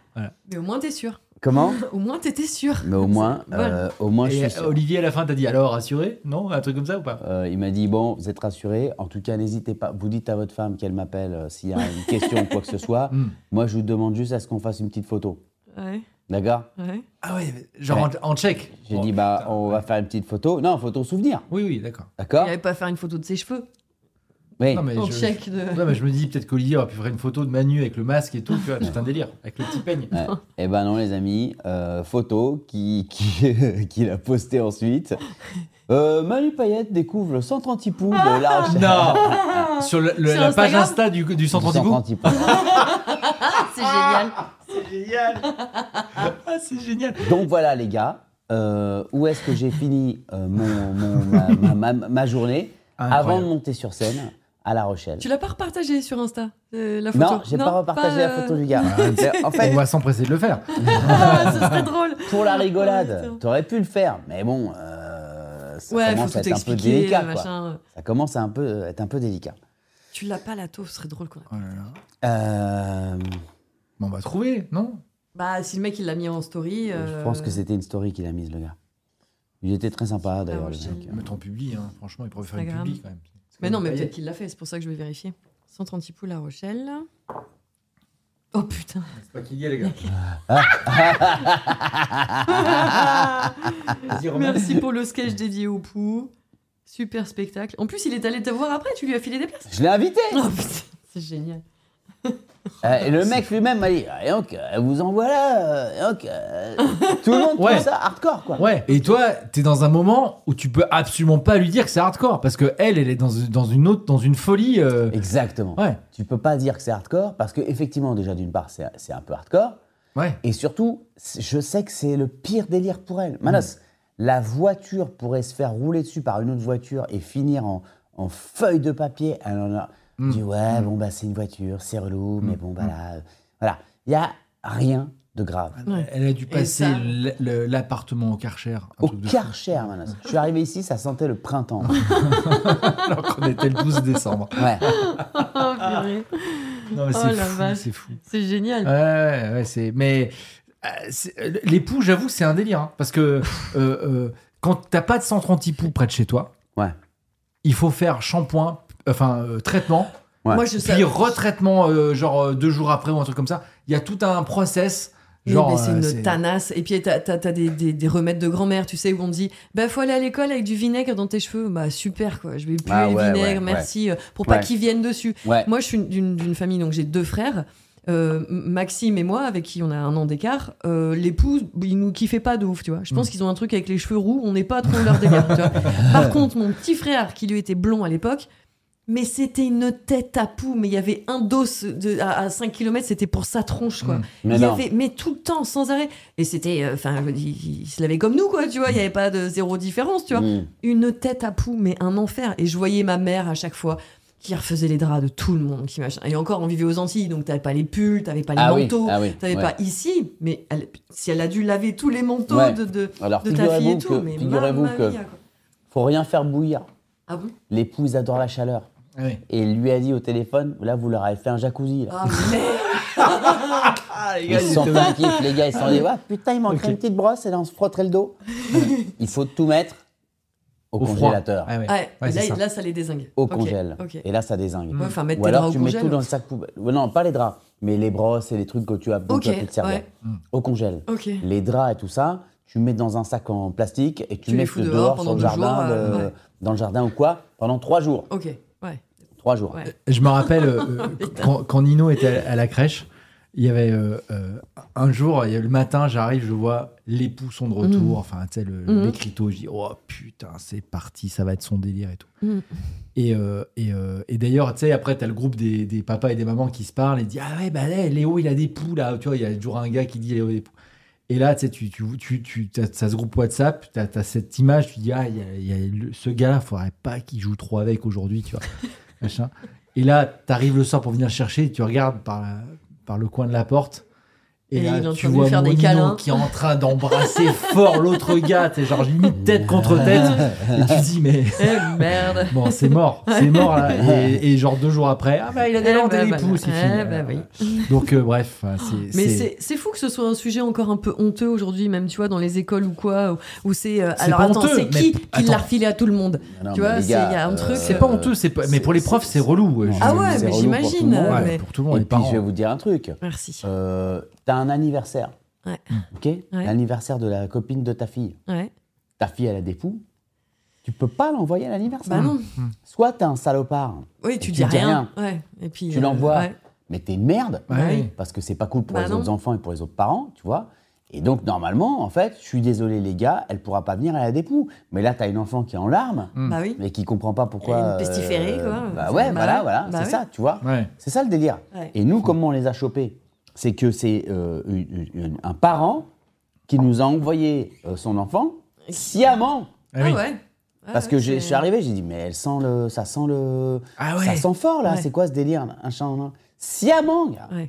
[SPEAKER 1] Mais au moins, t'es sûr.
[SPEAKER 3] Comment
[SPEAKER 1] Au moins, t'étais sûr.
[SPEAKER 3] Mais au moins,
[SPEAKER 1] C'est- voilà.
[SPEAKER 3] euh, au moins, je
[SPEAKER 2] Et
[SPEAKER 3] suis sûr.
[SPEAKER 2] Olivier à la fin t'as dit alors rassuré Non Un truc comme ça ou pas
[SPEAKER 3] Euh, il m'a dit bon, vous êtes rassurés. En tout cas, n'hésitez pas. Vous dites à votre femme qu'elle m'appelle euh, s'il y a une question ou quoi que ce soit.
[SPEAKER 2] Mm.
[SPEAKER 3] Moi, je vous demande juste à ce qu'on fasse une petite photo.
[SPEAKER 1] Ouais,
[SPEAKER 3] D'accord
[SPEAKER 1] ouais.
[SPEAKER 2] Ah ouais, genre
[SPEAKER 3] Ouais.
[SPEAKER 2] en, en check.
[SPEAKER 3] J'ai
[SPEAKER 2] Oh,
[SPEAKER 3] dit bah,
[SPEAKER 2] putain.
[SPEAKER 3] on va faire une petite photo. Non, photo souvenir.
[SPEAKER 2] Oui, oui, d'accord.
[SPEAKER 1] Il
[SPEAKER 3] D'accord
[SPEAKER 1] avait pas à faire une photo de ses cheveux.
[SPEAKER 3] Oui.
[SPEAKER 2] Non, mais
[SPEAKER 1] Au
[SPEAKER 2] je-
[SPEAKER 1] check de.
[SPEAKER 2] Non, mais je me dis peut-être qu'Olivier aurait pu faire une photo de Manu avec le masque et tout, tu vois, tout un délire, avec le petit peigne.
[SPEAKER 3] Ouais. Eh ben non, les amis, euh, photo qui, qui, qu'il a postée ensuite. Euh, Manu Payette découvre le centre anti-poux de La Rochelle.
[SPEAKER 2] Ah Non Sur le- le-
[SPEAKER 1] Sur
[SPEAKER 2] la page
[SPEAKER 1] Instagram
[SPEAKER 2] Insta du, du centre
[SPEAKER 3] Du
[SPEAKER 2] anti
[SPEAKER 3] centre anti-poux.
[SPEAKER 1] Ah, c'est génial.
[SPEAKER 2] C'est génial Ah, c'est génial
[SPEAKER 3] Donc voilà, les gars, euh, où est-ce que j'ai fini euh, mon, mon- ma, ma- ma- ma journée
[SPEAKER 2] Incroyable.
[SPEAKER 3] avant de monter sur scène à La Rochelle
[SPEAKER 1] Tu l'as pas repartagé sur Insta euh, la photo
[SPEAKER 3] Non, j'ai pas repartagé la
[SPEAKER 1] euh,
[SPEAKER 3] photo du gars. en fait,
[SPEAKER 2] On va s'empresser de le faire.
[SPEAKER 1] Ah, ce serait drôle.
[SPEAKER 3] pour la
[SPEAKER 1] Oh,
[SPEAKER 3] rigolade,
[SPEAKER 1] putain.
[SPEAKER 3] t'aurais pu le faire, mais bon, euh, ça
[SPEAKER 1] Ouais, faut
[SPEAKER 3] commence à
[SPEAKER 1] tout
[SPEAKER 3] être un peu
[SPEAKER 1] expliquer,
[SPEAKER 3] délicat. quoi.
[SPEAKER 1] machin.
[SPEAKER 3] Ça commence à un peu, être un peu délicat.
[SPEAKER 1] Tu l'as pas la taupe, ce serait drôle quoi.
[SPEAKER 2] Oh
[SPEAKER 3] Euh,
[SPEAKER 2] Bon, on va trouver, non
[SPEAKER 1] Bah, si le mec il l'a mis en story.
[SPEAKER 3] Je
[SPEAKER 1] euh,
[SPEAKER 3] pense que c'était une story qu'il a mise, le gars. Il était très sympa, d'ailleurs, le
[SPEAKER 1] Rochelle.
[SPEAKER 3] mec.
[SPEAKER 2] Mettre en public, hein. franchement, il pourrait faire une
[SPEAKER 1] Instagram.
[SPEAKER 2] public quand même.
[SPEAKER 1] Mais non, mais peut-être qu'il l'a fait, c'est pour ça que je vais vérifier. 130 poules La Rochelle. Oh putain.
[SPEAKER 2] C'est pas qu'il y a, les gars. Vas-y, Romain.
[SPEAKER 1] Merci pour le sketch dédié au pou. Super spectacle. En plus, il est allé te voir après, tu lui as filé des places.
[SPEAKER 3] Je l'ai invité
[SPEAKER 1] Oh putain, c'est génial.
[SPEAKER 3] Euh,
[SPEAKER 2] Ah,
[SPEAKER 3] Et le mec lui-même m'a dit Et donc, euh, vous en voilà euh, et donc, euh, Tout le monde
[SPEAKER 2] Ouais.
[SPEAKER 3] trouve ça hardcore, quoi.
[SPEAKER 2] Ouais, et toi, t'es dans un moment où tu peux absolument pas lui dire que c'est hardcore, parce que elle, elle est dans, dans une autre, dans une folie. euh,
[SPEAKER 3] Exactement.
[SPEAKER 2] Ouais,
[SPEAKER 3] Tu peux pas dire que c'est hardcore, parce que, effectivement, déjà, d'une part, c'est c'est un peu hardcore.
[SPEAKER 2] ouais.
[SPEAKER 3] Et surtout, c- je sais que c'est le pire délire pour elle.
[SPEAKER 2] Mm.
[SPEAKER 3] Manos, la voiture pourrait se faire rouler dessus par une autre voiture et finir en, en feuille de papier. Elle en a
[SPEAKER 2] Mm.
[SPEAKER 3] dit ouais, bon bah c'est une voiture, c'est relou, mais bon bah là, euh, voilà, il y a rien de grave.
[SPEAKER 1] Ouais.
[SPEAKER 2] Elle a dû passer
[SPEAKER 1] ça-
[SPEAKER 2] l- le- l'appartement au Karcher. un
[SPEAKER 3] Au
[SPEAKER 2] truc de fou.
[SPEAKER 3] Karcher, Manos. Je suis arrivé ici, ça sentait le printemps.
[SPEAKER 2] Alors qu'on était le 12 décembre.
[SPEAKER 3] Ouais.
[SPEAKER 1] Oh purée.
[SPEAKER 2] Non,
[SPEAKER 1] Oh,
[SPEAKER 2] mais c'est
[SPEAKER 1] la
[SPEAKER 2] fou,
[SPEAKER 1] vache.
[SPEAKER 2] c'est fou.
[SPEAKER 1] C'est génial.
[SPEAKER 3] Euh,
[SPEAKER 2] Ouais, ouais, ouais, c'est. Mais euh, c'est- euh, les poux, j'avoue, c'est un délire. hein, parce que euh, euh, quand t'as pas de centre anti-poux près de chez toi,
[SPEAKER 3] Ouais.
[SPEAKER 2] il faut faire shampoing, enfin euh, traitement,
[SPEAKER 3] ouais.
[SPEAKER 1] Moi, je
[SPEAKER 2] puis
[SPEAKER 1] sais.
[SPEAKER 2] retraitement, euh, genre euh, deux jours après ou un truc comme ça. Il y a tout un process. Genre,
[SPEAKER 1] Genre, c'est
[SPEAKER 2] euh,
[SPEAKER 1] une
[SPEAKER 2] c'est-
[SPEAKER 1] tanasse. Et puis, t'as t'as- t'as des, des, des remèdes de grand-mère, tu sais, où on me dit Bah, faut aller à l'école avec du vinaigre dans tes cheveux. Bah, super, quoi. Je vais puer
[SPEAKER 3] Ah, ouais,
[SPEAKER 1] le vinaigre,
[SPEAKER 3] ouais,
[SPEAKER 1] merci, euh, pour pas
[SPEAKER 3] Ouais.
[SPEAKER 1] qu'ils viennent dessus.
[SPEAKER 3] Ouais.
[SPEAKER 1] Moi, je suis d'une d'une famille, donc j'ai deux frères. euh, Maxime et moi, avec qui on a un an d'écart, euh, l'époux, il nous kiffait pas de ouf, tu vois. Je
[SPEAKER 3] Mm.
[SPEAKER 1] pense qu'ils ont un truc avec les cheveux roux, on n'est pas trop leur délire, tu vois. Par contre, mon petit frère, qui lui était blond à l'époque, mais c'était une tête à poux, mais il y avait un dos de, à, à 5 km, c'était pour sa tronche, quoi.
[SPEAKER 2] Mm.
[SPEAKER 3] Mais
[SPEAKER 1] il y
[SPEAKER 3] non.
[SPEAKER 1] avait, mais tout le temps, sans arrêt. Et c'était, euh, enfin, il, il se lavait comme nous, quoi, tu vois. Il n'y avait pas de zéro différence, tu vois
[SPEAKER 3] Mm.
[SPEAKER 1] une tête à poux, mais un enfer. Et je voyais ma mère à chaque fois qui refaisait les draps de tout le monde. Qui machin. Et encore, on vivait aux Antilles, donc t'avais pas les pulls, t'avais pas les
[SPEAKER 3] Ah oui,
[SPEAKER 1] manteaux,
[SPEAKER 3] ah oui.
[SPEAKER 1] t'avais
[SPEAKER 3] ouais.
[SPEAKER 1] pas ici. Mais elle- si elle a dû laver tous les manteaux
[SPEAKER 3] Ouais.
[SPEAKER 1] de, de,
[SPEAKER 3] Alors
[SPEAKER 1] de ta fille et
[SPEAKER 3] figurez-vous
[SPEAKER 1] tout, mais
[SPEAKER 3] que, figurez-vous
[SPEAKER 1] mamma
[SPEAKER 3] que
[SPEAKER 1] mia, quoi.
[SPEAKER 3] faut rien faire bouillir.
[SPEAKER 1] Ah bon
[SPEAKER 3] L'épouse adore la chaleur.
[SPEAKER 2] Ah oui.
[SPEAKER 3] Et il lui a dit au téléphone, là vous leur avez fait un jacuzzi. Là.
[SPEAKER 1] Ah merde Ah,
[SPEAKER 3] Ils se sentent un kiff, les gars, ils se sont dit, ouais, putain, il manquerait une petite brosse, et là, on se frotterait le dos. il faut tout mettre au,
[SPEAKER 2] Au froid.
[SPEAKER 3] congélateur.
[SPEAKER 2] Ah ouais.
[SPEAKER 1] Ouais,
[SPEAKER 2] Ouais,
[SPEAKER 1] là,
[SPEAKER 2] c'est ça.
[SPEAKER 1] là, ça les désingue.
[SPEAKER 3] Au
[SPEAKER 1] Ok,
[SPEAKER 3] congèle.
[SPEAKER 1] ok.
[SPEAKER 3] Et là, ça désingue.
[SPEAKER 1] Ouais, enfin, mettre
[SPEAKER 3] Ou
[SPEAKER 1] tes
[SPEAKER 3] alors,
[SPEAKER 1] draps
[SPEAKER 3] tu
[SPEAKER 1] au
[SPEAKER 3] mets
[SPEAKER 1] congèle. hein.
[SPEAKER 3] tout dans le sac poubelle. Ouais, Non, pas les draps, mais les brosses et les trucs que tu as, dont
[SPEAKER 1] Ok,
[SPEAKER 3] tu as pu te servir.
[SPEAKER 1] ouais.
[SPEAKER 3] Au congèle.
[SPEAKER 1] Ok.
[SPEAKER 3] Les draps et tout ça, tu mets dans un sac en plastique et
[SPEAKER 1] Tu
[SPEAKER 3] tu,
[SPEAKER 1] les
[SPEAKER 3] mets
[SPEAKER 1] fous
[SPEAKER 3] le
[SPEAKER 1] dehors
[SPEAKER 3] dehors,
[SPEAKER 1] pendant
[SPEAKER 3] sur le
[SPEAKER 1] deux
[SPEAKER 3] jardin,
[SPEAKER 1] jours,
[SPEAKER 3] de-
[SPEAKER 1] euh, ouais.
[SPEAKER 3] dans le jardin ou quoi, pendant trois jours.
[SPEAKER 1] Ok, ouais.
[SPEAKER 3] Trois jours.
[SPEAKER 1] ouais.
[SPEAKER 2] Je me rappelle euh, quand, quand Nino était à la crèche, il y avait euh, euh, un jour, il y a- le matin, j'arrive, je vois les poussons de retour, enfin, tu sais, le-
[SPEAKER 1] Mhm.
[SPEAKER 2] l'écriteau, je dis, oh putain, c'est parti, ça va être son délire et tout.
[SPEAKER 1] Mhm.
[SPEAKER 2] Et, euh, et, euh, et d'ailleurs, tu sais, après, t'as le groupe des, des papas et des mamans qui se parlent et disent, ah ouais, bah ouais, Léo, il a des poux là, tu vois, il y a toujours un gars qui dit Léo a des poux. Et là, tu sais, tu, tu, tu, tu, t'as- t'as ce groupe WhatsApp, t'as as cette image, tu dis, ah, il y a- il y a le- ce gars-là, faudrait pas qu'il joue trop avec aujourd'hui, tu vois. machin. Et là, t'arrives le soir pour venir le chercher, tu regardes par, la- par le coin de la porte. Et,
[SPEAKER 1] Et
[SPEAKER 2] là,
[SPEAKER 1] il est en
[SPEAKER 2] tu
[SPEAKER 1] train de lui
[SPEAKER 2] vois
[SPEAKER 1] faire des
[SPEAKER 2] Monino
[SPEAKER 1] câlins.
[SPEAKER 2] qui est en train d'embrasser fort l'autre gars, t'es genre limite tête contre tête. Et tu dis, mais
[SPEAKER 1] Eh merde
[SPEAKER 2] bon, c'est mort, c'est mort là. Et, et genre deux jours après, ah bah il a des
[SPEAKER 1] Eh
[SPEAKER 2] dents,
[SPEAKER 1] bah,
[SPEAKER 2] des
[SPEAKER 1] voilà.
[SPEAKER 2] poux, c'est
[SPEAKER 1] Eh
[SPEAKER 2] fini.
[SPEAKER 1] bah oui.
[SPEAKER 2] Donc euh, bref, c'est.
[SPEAKER 1] Mais
[SPEAKER 2] c'est-
[SPEAKER 1] c'est c'est fou que ce soit un sujet encore un peu honteux aujourd'hui, même tu vois, dans les écoles ou quoi, où, où c'est. euh,
[SPEAKER 2] C'est
[SPEAKER 1] alors
[SPEAKER 2] pas
[SPEAKER 1] attends,
[SPEAKER 2] honteux,
[SPEAKER 1] c'est
[SPEAKER 2] mais
[SPEAKER 1] qui qui
[SPEAKER 2] attends.
[SPEAKER 1] l'a refilé à tout le monde
[SPEAKER 3] Non,
[SPEAKER 1] Tu
[SPEAKER 3] mais
[SPEAKER 1] vois,
[SPEAKER 3] les
[SPEAKER 1] c'est-
[SPEAKER 3] gars,
[SPEAKER 1] il y a un truc,
[SPEAKER 2] euh,
[SPEAKER 1] euh,
[SPEAKER 2] C'est pas honteux, c'est pas... mais pour les
[SPEAKER 3] c'est-
[SPEAKER 2] profs, c'est relou. euh, je-
[SPEAKER 1] Ah ouais,
[SPEAKER 2] c'est
[SPEAKER 1] mais
[SPEAKER 2] relou.
[SPEAKER 3] relou pour tout le
[SPEAKER 1] j'imagine.
[SPEAKER 3] monde.
[SPEAKER 1] euh,
[SPEAKER 2] Ouais,
[SPEAKER 1] mais-
[SPEAKER 2] pour tout le monde,
[SPEAKER 3] Et
[SPEAKER 2] les
[SPEAKER 3] puis,
[SPEAKER 2] parents.
[SPEAKER 3] je vais vous dire un truc.
[SPEAKER 1] Merci.
[SPEAKER 3] Euh, T'as un anniversaire.
[SPEAKER 1] Ouais.
[SPEAKER 3] Ok L'anniversaire de la copine de ta fille.
[SPEAKER 1] Ouais.
[SPEAKER 3] Ta fille, elle a des poux. Tu peux pas l'envoyer à l'anniversaire.
[SPEAKER 1] Bah non.
[SPEAKER 3] Soit t'es un salopard,
[SPEAKER 1] Oui, tu
[SPEAKER 3] Tu
[SPEAKER 1] dis
[SPEAKER 3] dis
[SPEAKER 1] rien. Ouais. Et puis,
[SPEAKER 3] tu
[SPEAKER 1] euh,
[SPEAKER 3] l'envoies,
[SPEAKER 1] ouais.
[SPEAKER 3] mais t'es une merde,
[SPEAKER 2] Ouais.
[SPEAKER 3] parce que c'est pas cool pour
[SPEAKER 1] Bah
[SPEAKER 3] les
[SPEAKER 1] non.
[SPEAKER 3] autres enfants et pour les autres parents, tu vois. Et donc, normalement, en fait, je suis désolé, les gars, elle pourra pas venir à la dépouille. Mais là, t'as une enfant qui est en larmes,
[SPEAKER 2] Hmm.
[SPEAKER 1] Bah oui.
[SPEAKER 3] mais qui comprend pas pourquoi.
[SPEAKER 1] Elle est une pestiférée, quoi.
[SPEAKER 3] Bah
[SPEAKER 1] C'est-
[SPEAKER 3] ouais,
[SPEAKER 1] bah
[SPEAKER 3] voilà,
[SPEAKER 1] ouais.
[SPEAKER 3] voilà,
[SPEAKER 1] Bah
[SPEAKER 3] c'est
[SPEAKER 1] ouais.
[SPEAKER 3] ça, tu vois.
[SPEAKER 2] Ouais.
[SPEAKER 3] C'est ça le délire.
[SPEAKER 1] Ouais.
[SPEAKER 3] Et nous, comment on les a chopés C'est que c'est euh, une- une- un parent qui nous a envoyé euh, son enfant sciemment.
[SPEAKER 2] Ah
[SPEAKER 1] Ah
[SPEAKER 2] oui.
[SPEAKER 1] ouais. Ah
[SPEAKER 3] Parce
[SPEAKER 1] ouais,
[SPEAKER 3] que j'ai-
[SPEAKER 1] c'est-
[SPEAKER 3] je suis arrivé, j'ai dit, mais elle sent le, ça sent le,
[SPEAKER 2] Ah ouais.
[SPEAKER 3] ça sent fort là.
[SPEAKER 1] Ouais.
[SPEAKER 3] C'est quoi ce délire là Un chant, là Sciemment. gars.
[SPEAKER 1] Ouais.
[SPEAKER 2] Ouais,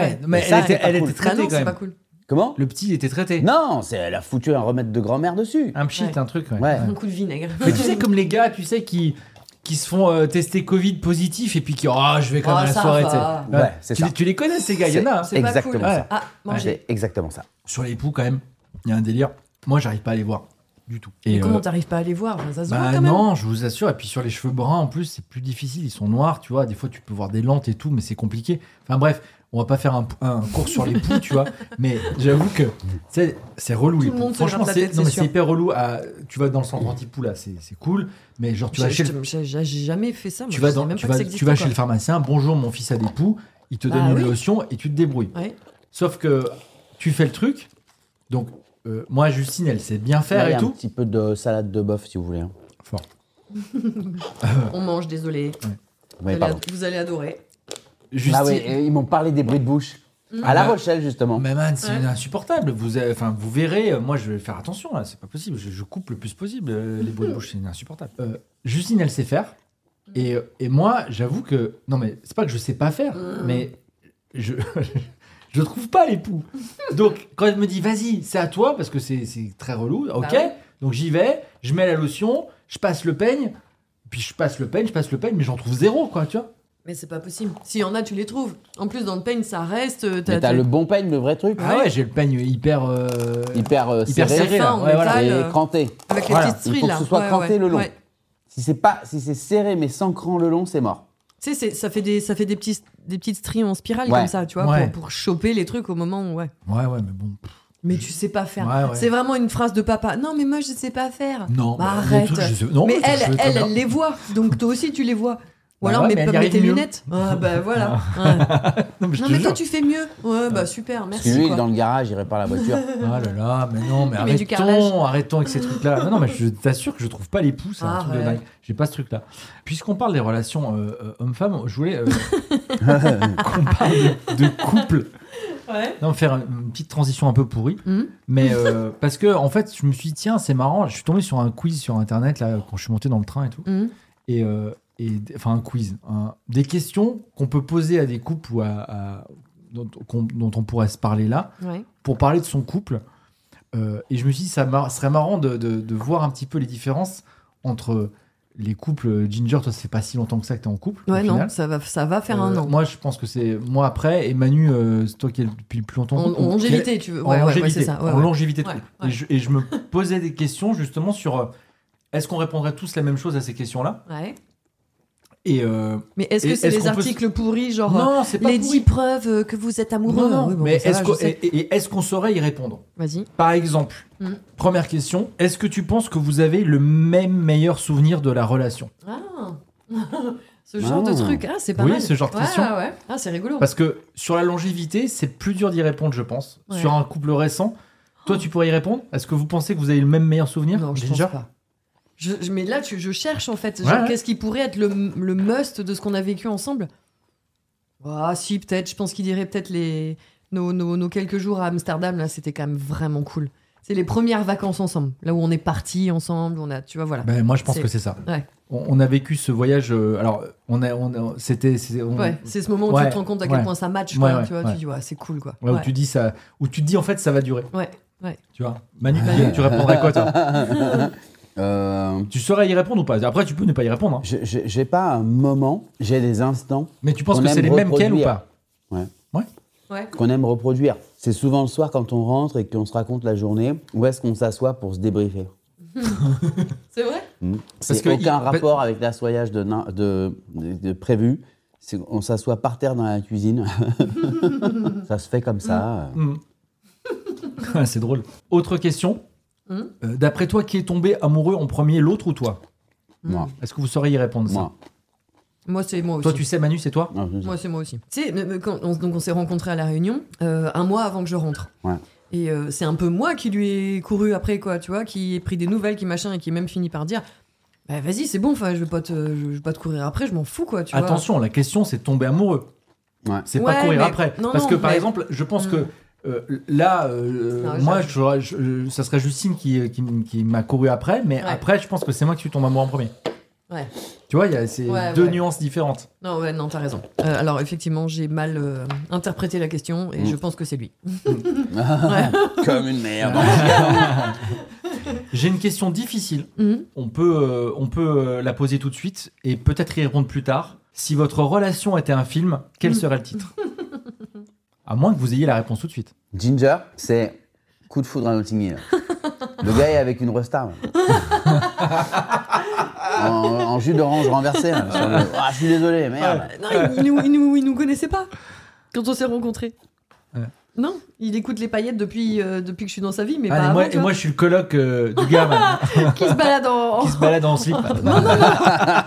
[SPEAKER 1] Ouais.
[SPEAKER 2] mais,
[SPEAKER 3] Mais
[SPEAKER 2] elle,
[SPEAKER 3] ça,
[SPEAKER 2] était,
[SPEAKER 3] c'est pas
[SPEAKER 2] elle
[SPEAKER 3] cool.
[SPEAKER 2] était
[SPEAKER 1] Bah
[SPEAKER 2] traitée
[SPEAKER 1] non,
[SPEAKER 2] quand
[SPEAKER 1] c'est
[SPEAKER 2] même.
[SPEAKER 1] pas cool.
[SPEAKER 3] Comment
[SPEAKER 2] Le petit il était traité.
[SPEAKER 3] Non, c'est, elle a foutu un remède de grand-mère dessus.
[SPEAKER 2] Un pchit,
[SPEAKER 1] Ouais.
[SPEAKER 2] un truc. Ah Ouais.
[SPEAKER 3] Ouais.
[SPEAKER 1] Un coup de vinaigre.
[SPEAKER 2] Mais tu sais, comme les gars, tu sais, qui, qui se font euh, tester Covid positif et puis qui, oh, je vais quand même
[SPEAKER 1] Ah,
[SPEAKER 2] à la
[SPEAKER 1] ça
[SPEAKER 2] soirée.
[SPEAKER 1] va.
[SPEAKER 2] tu sais.
[SPEAKER 3] Ouais, c'est
[SPEAKER 2] tu,
[SPEAKER 3] ça.
[SPEAKER 2] les- tu les connais, ces gars, il y en a. hein.
[SPEAKER 3] C'est
[SPEAKER 1] pas
[SPEAKER 3] exactement
[SPEAKER 1] cool.
[SPEAKER 3] ça.
[SPEAKER 1] Ah, manger.
[SPEAKER 3] C'est exactement ça.
[SPEAKER 2] Sur les poux, quand même, il y a un délire. Moi, j'arrive pas à les voir du tout.
[SPEAKER 1] Mais
[SPEAKER 2] Et,
[SPEAKER 1] comment
[SPEAKER 2] euh,
[SPEAKER 1] t'arrives pas à les voir Ça se voit
[SPEAKER 2] bah
[SPEAKER 1] quand même.
[SPEAKER 2] non, je vous assure. Et puis sur les cheveux bruns, en plus, c'est plus difficile. Ils sont noirs, tu vois. Des fois, tu peux voir des lentes et tout, mais c'est compliqué. Enfin bref, on va pas faire un, un cours sur les poux, tu vois. Mais j'avoue que c'est c'est relou.
[SPEAKER 1] Tout
[SPEAKER 2] les
[SPEAKER 1] le
[SPEAKER 2] poux.
[SPEAKER 1] monde se
[SPEAKER 2] Franchement,
[SPEAKER 1] gratte la
[SPEAKER 2] c'est
[SPEAKER 1] tête,
[SPEAKER 2] non,
[SPEAKER 1] c'est
[SPEAKER 2] mais
[SPEAKER 1] sûr.
[SPEAKER 2] c'est hyper relou. à- tu vas dans le centre anti-poux, là, c'est c'est cool. Mais genre, tu vas
[SPEAKER 1] J'ai-
[SPEAKER 2] chez le
[SPEAKER 1] j'ai- J'ai j'ai jamais fait ça. moi,
[SPEAKER 2] tu
[SPEAKER 1] je
[SPEAKER 2] vas,
[SPEAKER 1] savais
[SPEAKER 2] dans,
[SPEAKER 1] même
[SPEAKER 2] tu,
[SPEAKER 1] pas que ça
[SPEAKER 2] vas, tu vas chez
[SPEAKER 1] existait,
[SPEAKER 2] le pharmacien, bonjour mon fils a des poux, il te
[SPEAKER 1] Bah
[SPEAKER 2] donne une
[SPEAKER 1] oui.
[SPEAKER 2] lotion et tu te débrouilles.
[SPEAKER 1] quoi. Ouais.
[SPEAKER 2] Sauf que tu fais le truc, donc euh, moi Justine elle sait bien faire
[SPEAKER 1] Bah
[SPEAKER 3] Là, il y
[SPEAKER 2] et
[SPEAKER 3] a un
[SPEAKER 2] tout.
[SPEAKER 3] petit peu de salade de bœuf si vous voulez. hein.
[SPEAKER 2] Fort. Euh.
[SPEAKER 1] On mange, désolé.
[SPEAKER 3] Mais
[SPEAKER 1] vous, allez
[SPEAKER 3] pardon.
[SPEAKER 1] ad- vous allez adorer.
[SPEAKER 2] Justine,
[SPEAKER 3] Ah oui, et ils m'ont parlé des bruits de bouche.
[SPEAKER 1] Mm.
[SPEAKER 3] À La
[SPEAKER 1] Bah,
[SPEAKER 2] Ouais.
[SPEAKER 3] Rochelle, justement.
[SPEAKER 2] mais man c'est
[SPEAKER 1] Ouais.
[SPEAKER 2] insupportable, vous, avez- enfin, vous verrez, euh, moi je vais faire attention là, c'est pas possible, je, je coupe le plus possible euh, les bruits de bouche, c'est insupportable. Euh, Justine elle sait faire,
[SPEAKER 1] Mm.
[SPEAKER 2] et, euh, et moi j'avoue que, non mais c'est pas que je sais pas faire,
[SPEAKER 1] Mm.
[SPEAKER 2] mais je... Je trouve pas les poux. Donc, quand elle me dit, vas-y, c'est à toi, parce que c'est c'est très relou, ok.
[SPEAKER 1] Bah ouais.
[SPEAKER 2] Donc, j'y vais, je mets la lotion, je passe le peigne, puis je passe le peigne, je passe le peigne, mais j'en trouve zéro, quoi, tu vois.
[SPEAKER 1] Mais c'est pas possible. S'il y en a, tu les trouves. En plus, dans le pain, ça reste. euh,
[SPEAKER 3] Mais t'as
[SPEAKER 1] t'as-
[SPEAKER 3] le bon peigne, le vrai truc.
[SPEAKER 2] Ah ouais, j'ai le peigne hyper. euh,
[SPEAKER 3] Hyper, euh,
[SPEAKER 2] hyper
[SPEAKER 3] serré.
[SPEAKER 2] serré, là.
[SPEAKER 1] fin, en
[SPEAKER 2] Ouais, voilà.
[SPEAKER 1] métal.
[SPEAKER 3] Et
[SPEAKER 1] euh,
[SPEAKER 3] cranté.
[SPEAKER 1] Avec
[SPEAKER 2] Voilà.
[SPEAKER 1] les petites
[SPEAKER 3] Il
[SPEAKER 1] stries
[SPEAKER 3] faut
[SPEAKER 1] là.
[SPEAKER 3] que ce soit
[SPEAKER 1] Ouais,
[SPEAKER 3] cranté
[SPEAKER 1] ouais,
[SPEAKER 3] le long.
[SPEAKER 1] ouais.
[SPEAKER 3] Si c'est pas, si c'est serré mais sans cran le long, c'est mort.
[SPEAKER 1] Tu sais, c'est- ça fait des, ça fait des, petits, des petites stries en spirale
[SPEAKER 3] Ouais.
[SPEAKER 1] comme ça, tu vois,
[SPEAKER 2] Ouais.
[SPEAKER 1] pour, pour choper les trucs au moment où. Ouais.
[SPEAKER 2] Ouais, ouais, mais bon. pff,
[SPEAKER 1] Mais tu sais pas faire.
[SPEAKER 2] Ouais, ouais.
[SPEAKER 1] C'est vraiment une phrase de papa. Non, mais moi, je sais pas faire.
[SPEAKER 2] Non,
[SPEAKER 1] Bah,
[SPEAKER 2] mais
[SPEAKER 1] arrête.
[SPEAKER 2] les trucs, je sais- non,
[SPEAKER 1] mais
[SPEAKER 2] les trucs, je
[SPEAKER 1] elle,
[SPEAKER 2] sais très
[SPEAKER 1] elle,
[SPEAKER 2] bien.
[SPEAKER 1] elle les voit. Donc toi aussi, tu les vois. Ou
[SPEAKER 2] Bah
[SPEAKER 1] alors,
[SPEAKER 2] ouais,
[SPEAKER 1] mais,
[SPEAKER 2] mais elle y
[SPEAKER 1] mets
[SPEAKER 2] arrive
[SPEAKER 1] tes
[SPEAKER 2] mieux.
[SPEAKER 1] lunettes. Ah, bah voilà. Ouais.
[SPEAKER 2] Non, mais je
[SPEAKER 1] Non,
[SPEAKER 2] te
[SPEAKER 1] mais toi,
[SPEAKER 2] jure.
[SPEAKER 1] tu fais mieux. Ouais, bah super,
[SPEAKER 3] Parce que
[SPEAKER 1] merci.
[SPEAKER 3] lui, il est
[SPEAKER 1] quoi.
[SPEAKER 3] dans le garage, il répare la voiture.
[SPEAKER 2] Ah là là, mais non, mais
[SPEAKER 1] Mais du
[SPEAKER 2] arrêtons,
[SPEAKER 1] carrelage.
[SPEAKER 2] arrêtons avec ces trucs-là. Non, non, mais je t'assure que je trouve pas les pouces, c'est un
[SPEAKER 1] Ah
[SPEAKER 2] truc de
[SPEAKER 1] ouais.
[SPEAKER 2] dingue. J'ai pas ce truc-là. Puisqu'on parle des relations euh, euh, hommes-femmes, je voulais euh, qu'on parle de, de couple.
[SPEAKER 1] Ouais.
[SPEAKER 2] Non, faire une- une petite transition un peu pourrie.
[SPEAKER 1] Mhm.
[SPEAKER 2] Mais euh, parce que, en fait, je me suis dit, tiens, c'est marrant, je suis tombé sur un quiz sur Internet, là, quand je suis monté dans le train et tout.
[SPEAKER 1] Mhm.
[SPEAKER 2] et, euh, et- enfin un quiz, un- des questions qu'on peut poser à des couples ou à, à- dont, qu'on- dont on pourrait se parler là
[SPEAKER 1] Ouais.
[SPEAKER 2] pour parler de son couple. Euh, et je me suis dit, ça mar- serait marrant de, de- de voir un petit peu les différences entre les couples. Ginger, toi, ça fait pas si longtemps que ça que t'es en couple. au
[SPEAKER 1] Ouais, non,
[SPEAKER 2] final.
[SPEAKER 1] ça va, ça va faire
[SPEAKER 2] Euh,
[SPEAKER 1] un an.
[SPEAKER 2] Moi, je pense que c'est moi après et Manu, euh, c'est toi qui es depuis plus longtemps. en
[SPEAKER 1] En
[SPEAKER 2] couple,
[SPEAKER 1] en
[SPEAKER 2] donc, qui est-
[SPEAKER 1] longévité, tu veux.
[SPEAKER 2] en
[SPEAKER 1] Ouais, ouais, ouais,
[SPEAKER 2] longévité,
[SPEAKER 1] c'est ça. ouais,
[SPEAKER 2] en
[SPEAKER 1] ouais.
[SPEAKER 2] longévité de
[SPEAKER 1] Ouais,
[SPEAKER 2] couple.
[SPEAKER 1] ouais.
[SPEAKER 2] Et, je, et je me posais des questions justement sur euh, est-ce qu'on répondrait tous la même chose à ces questions-là
[SPEAKER 1] Ouais.
[SPEAKER 2] Et euh,
[SPEAKER 1] Mais est-ce
[SPEAKER 2] Et
[SPEAKER 1] que c'est
[SPEAKER 2] est-ce
[SPEAKER 1] des
[SPEAKER 2] qu'on peut se-
[SPEAKER 1] articles pourris, genre euh,
[SPEAKER 2] non, c'est pas
[SPEAKER 1] les 10
[SPEAKER 2] pourri.
[SPEAKER 1] preuves euh, que vous êtes amoureux
[SPEAKER 2] Non, non,
[SPEAKER 1] Oui, bon,
[SPEAKER 2] mais
[SPEAKER 1] ça
[SPEAKER 2] est-ce
[SPEAKER 1] va,
[SPEAKER 2] qu'on
[SPEAKER 1] je sais.
[SPEAKER 2] et- et est-ce qu'on saurait y répondre
[SPEAKER 1] Vas-y.
[SPEAKER 2] Par exemple,
[SPEAKER 1] Mm.
[SPEAKER 2] première question, est-ce que tu penses que vous avez le même meilleur souvenir de la relation
[SPEAKER 1] Ah Ce genre
[SPEAKER 3] Ah.
[SPEAKER 1] de truc, ah, c'est pas
[SPEAKER 2] Oui,
[SPEAKER 1] mal.
[SPEAKER 2] ce genre de
[SPEAKER 1] Ouais,
[SPEAKER 2] question.
[SPEAKER 1] ouais, ouais. Ah, c'est rigolo.
[SPEAKER 2] Parce que sur la longévité, c'est plus dur d'y répondre, je pense.
[SPEAKER 1] Ouais.
[SPEAKER 2] Sur un couple récent, toi, tu pourrais y répondre Est-ce que vous pensez que vous avez le même meilleur souvenir
[SPEAKER 1] Non, je pense
[SPEAKER 2] Ginger
[SPEAKER 1] pas. Je, je- mais là, tu- je cherche en fait.
[SPEAKER 2] Ouais,
[SPEAKER 1] genre,
[SPEAKER 2] ouais.
[SPEAKER 1] Qu'est-ce qui pourrait être le, le must de ce qu'on a vécu ensemble Ah, si, peut-être. Je pense qu'il dirait peut-être les nos, nos- nos quelques jours à Amsterdam. Là, c'était quand même vraiment cool. C'est les premières vacances ensemble. Là où on est partis ensemble, on a, tu vois, voilà.
[SPEAKER 2] Ben, moi, je pense
[SPEAKER 1] C'est-
[SPEAKER 2] que c'est ça.
[SPEAKER 1] Ouais.
[SPEAKER 2] On, on a vécu ce voyage. euh, alors, on a, on a- c'était, c'était- on-
[SPEAKER 1] Ouais, c'est ce moment où
[SPEAKER 2] Ouais,
[SPEAKER 1] tu te rends compte à quel
[SPEAKER 2] ouais.
[SPEAKER 1] point ça match.
[SPEAKER 2] Ouais,
[SPEAKER 1] quoi,
[SPEAKER 2] ouais,
[SPEAKER 1] tu vois,
[SPEAKER 2] ouais.
[SPEAKER 1] tu dis, ouais, c'est cool, quoi.
[SPEAKER 2] ouais,
[SPEAKER 1] Ouais.
[SPEAKER 2] où tu dis ça, où tu te dis en fait, ça va durer.
[SPEAKER 1] Ouais, ouais.
[SPEAKER 2] Tu vois, Manu, tu- tu répondrais quoi toi
[SPEAKER 3] Euh,
[SPEAKER 2] Tu saurais y répondre ou pas Après, tu peux ne pas y répondre. hein.
[SPEAKER 3] je- je- j'ai pas un moment, j'ai des instants
[SPEAKER 2] Mais tu penses
[SPEAKER 3] On
[SPEAKER 2] que c'est
[SPEAKER 3] aime
[SPEAKER 2] les mêmes qu'elle ou
[SPEAKER 3] reproduire.
[SPEAKER 2] pas
[SPEAKER 3] Ouais.
[SPEAKER 2] Ouais.
[SPEAKER 1] Ouais.
[SPEAKER 3] qu'on aime reproduire. C'est souvent le soir quand on rentre et qu'on se raconte la journée. Où est-ce qu'on s'assoit pour se débriefer
[SPEAKER 1] C'est vrai
[SPEAKER 3] Hmm.
[SPEAKER 2] Parce
[SPEAKER 3] C'est
[SPEAKER 2] que
[SPEAKER 3] aucun
[SPEAKER 2] il-
[SPEAKER 3] rapport avec l'assoyage de, nain- de, de- de prévu. C'est- On s'assoit par terre dans la cuisine. ça se fait comme ça.
[SPEAKER 2] Hmm. c'est drôle. Ah, Autre question.
[SPEAKER 1] Hmm
[SPEAKER 2] Euh, D'après toi, qui est tombé amoureux en premier, l'autre ou toi
[SPEAKER 3] Moi.
[SPEAKER 2] Est-ce que vous sauriez y répondre ça
[SPEAKER 3] Moi.
[SPEAKER 1] Moi, c'est moi aussi.
[SPEAKER 2] Toi, tu sais, Manu, c'est toi
[SPEAKER 3] Non, je-
[SPEAKER 1] Moi, c'est moi aussi. Tu sais, mais- mais quand on, donc on s'est rencontrés à La Réunion, euh, un mois avant que je rentre.
[SPEAKER 3] Ouais.
[SPEAKER 1] Et euh, c'est un peu moi qui lui ai couru après, quoi, tu vois, qui ai pris des nouvelles, qui machin, et qui ai même fini par dire bah, Vas-y, c'est bon, 'fin, je vais, pas te, je, je vais pas te courir après, je m'en fous, quoi, tu vois.
[SPEAKER 2] Attention, la question, c'est tomber amoureux.
[SPEAKER 3] Ouais.
[SPEAKER 2] C'est
[SPEAKER 1] Ouais,
[SPEAKER 2] pas courir
[SPEAKER 1] mais-
[SPEAKER 2] après.
[SPEAKER 1] non,
[SPEAKER 2] Parce
[SPEAKER 1] non,
[SPEAKER 2] que, par
[SPEAKER 1] mais-
[SPEAKER 2] exemple, je pense
[SPEAKER 1] Hmm.
[SPEAKER 2] que euh, là, euh,
[SPEAKER 1] Non,
[SPEAKER 2] moi, j'aurais- je- je- ça serait Justine qui, qui, qui m'a couru après, mais
[SPEAKER 1] Ouais.
[SPEAKER 2] après, je pense que c'est moi qui suis tombé amoureux en premier.
[SPEAKER 1] Ouais.
[SPEAKER 2] Tu vois, il y a ces
[SPEAKER 1] Ouais,
[SPEAKER 2] deux
[SPEAKER 1] ouais.
[SPEAKER 2] nuances différentes.
[SPEAKER 1] Non, ouais, non, t'as raison. Euh, alors, effectivement, j'ai mal euh, interprété la question, et
[SPEAKER 3] Mm.
[SPEAKER 1] je pense que c'est lui.
[SPEAKER 3] Comme une merde.
[SPEAKER 2] J'ai une question difficile.
[SPEAKER 1] Mhm.
[SPEAKER 2] On peut, euh, on peut euh, la poser tout de suite et peut-être y répondre plus tard. Si votre relation était un film, quel serait le titre À moins que vous ayez la réponse tout de suite.
[SPEAKER 3] Ginger, c'est coup de foudre à Notting Hill. Le gars est avec une resta. ouais. en, en jus d'orange renversé. ouais, sur le- Ah, je suis désolé, merde.
[SPEAKER 1] Non, il, il nous, il nous- il nous connaissait pas quand on s'est rencontrés.
[SPEAKER 2] Ouais.
[SPEAKER 1] Non, il écoute les paillettes depuis, euh, depuis que je suis dans sa vie, mais pas
[SPEAKER 2] Ah, et
[SPEAKER 1] avant,
[SPEAKER 2] moi,
[SPEAKER 1] tu
[SPEAKER 2] et
[SPEAKER 1] vois.
[SPEAKER 2] moi, je suis le coloc euh, du gars man,
[SPEAKER 1] qui se balade en, en-
[SPEAKER 2] qui se balade en slip.
[SPEAKER 1] Oh.
[SPEAKER 2] Bah,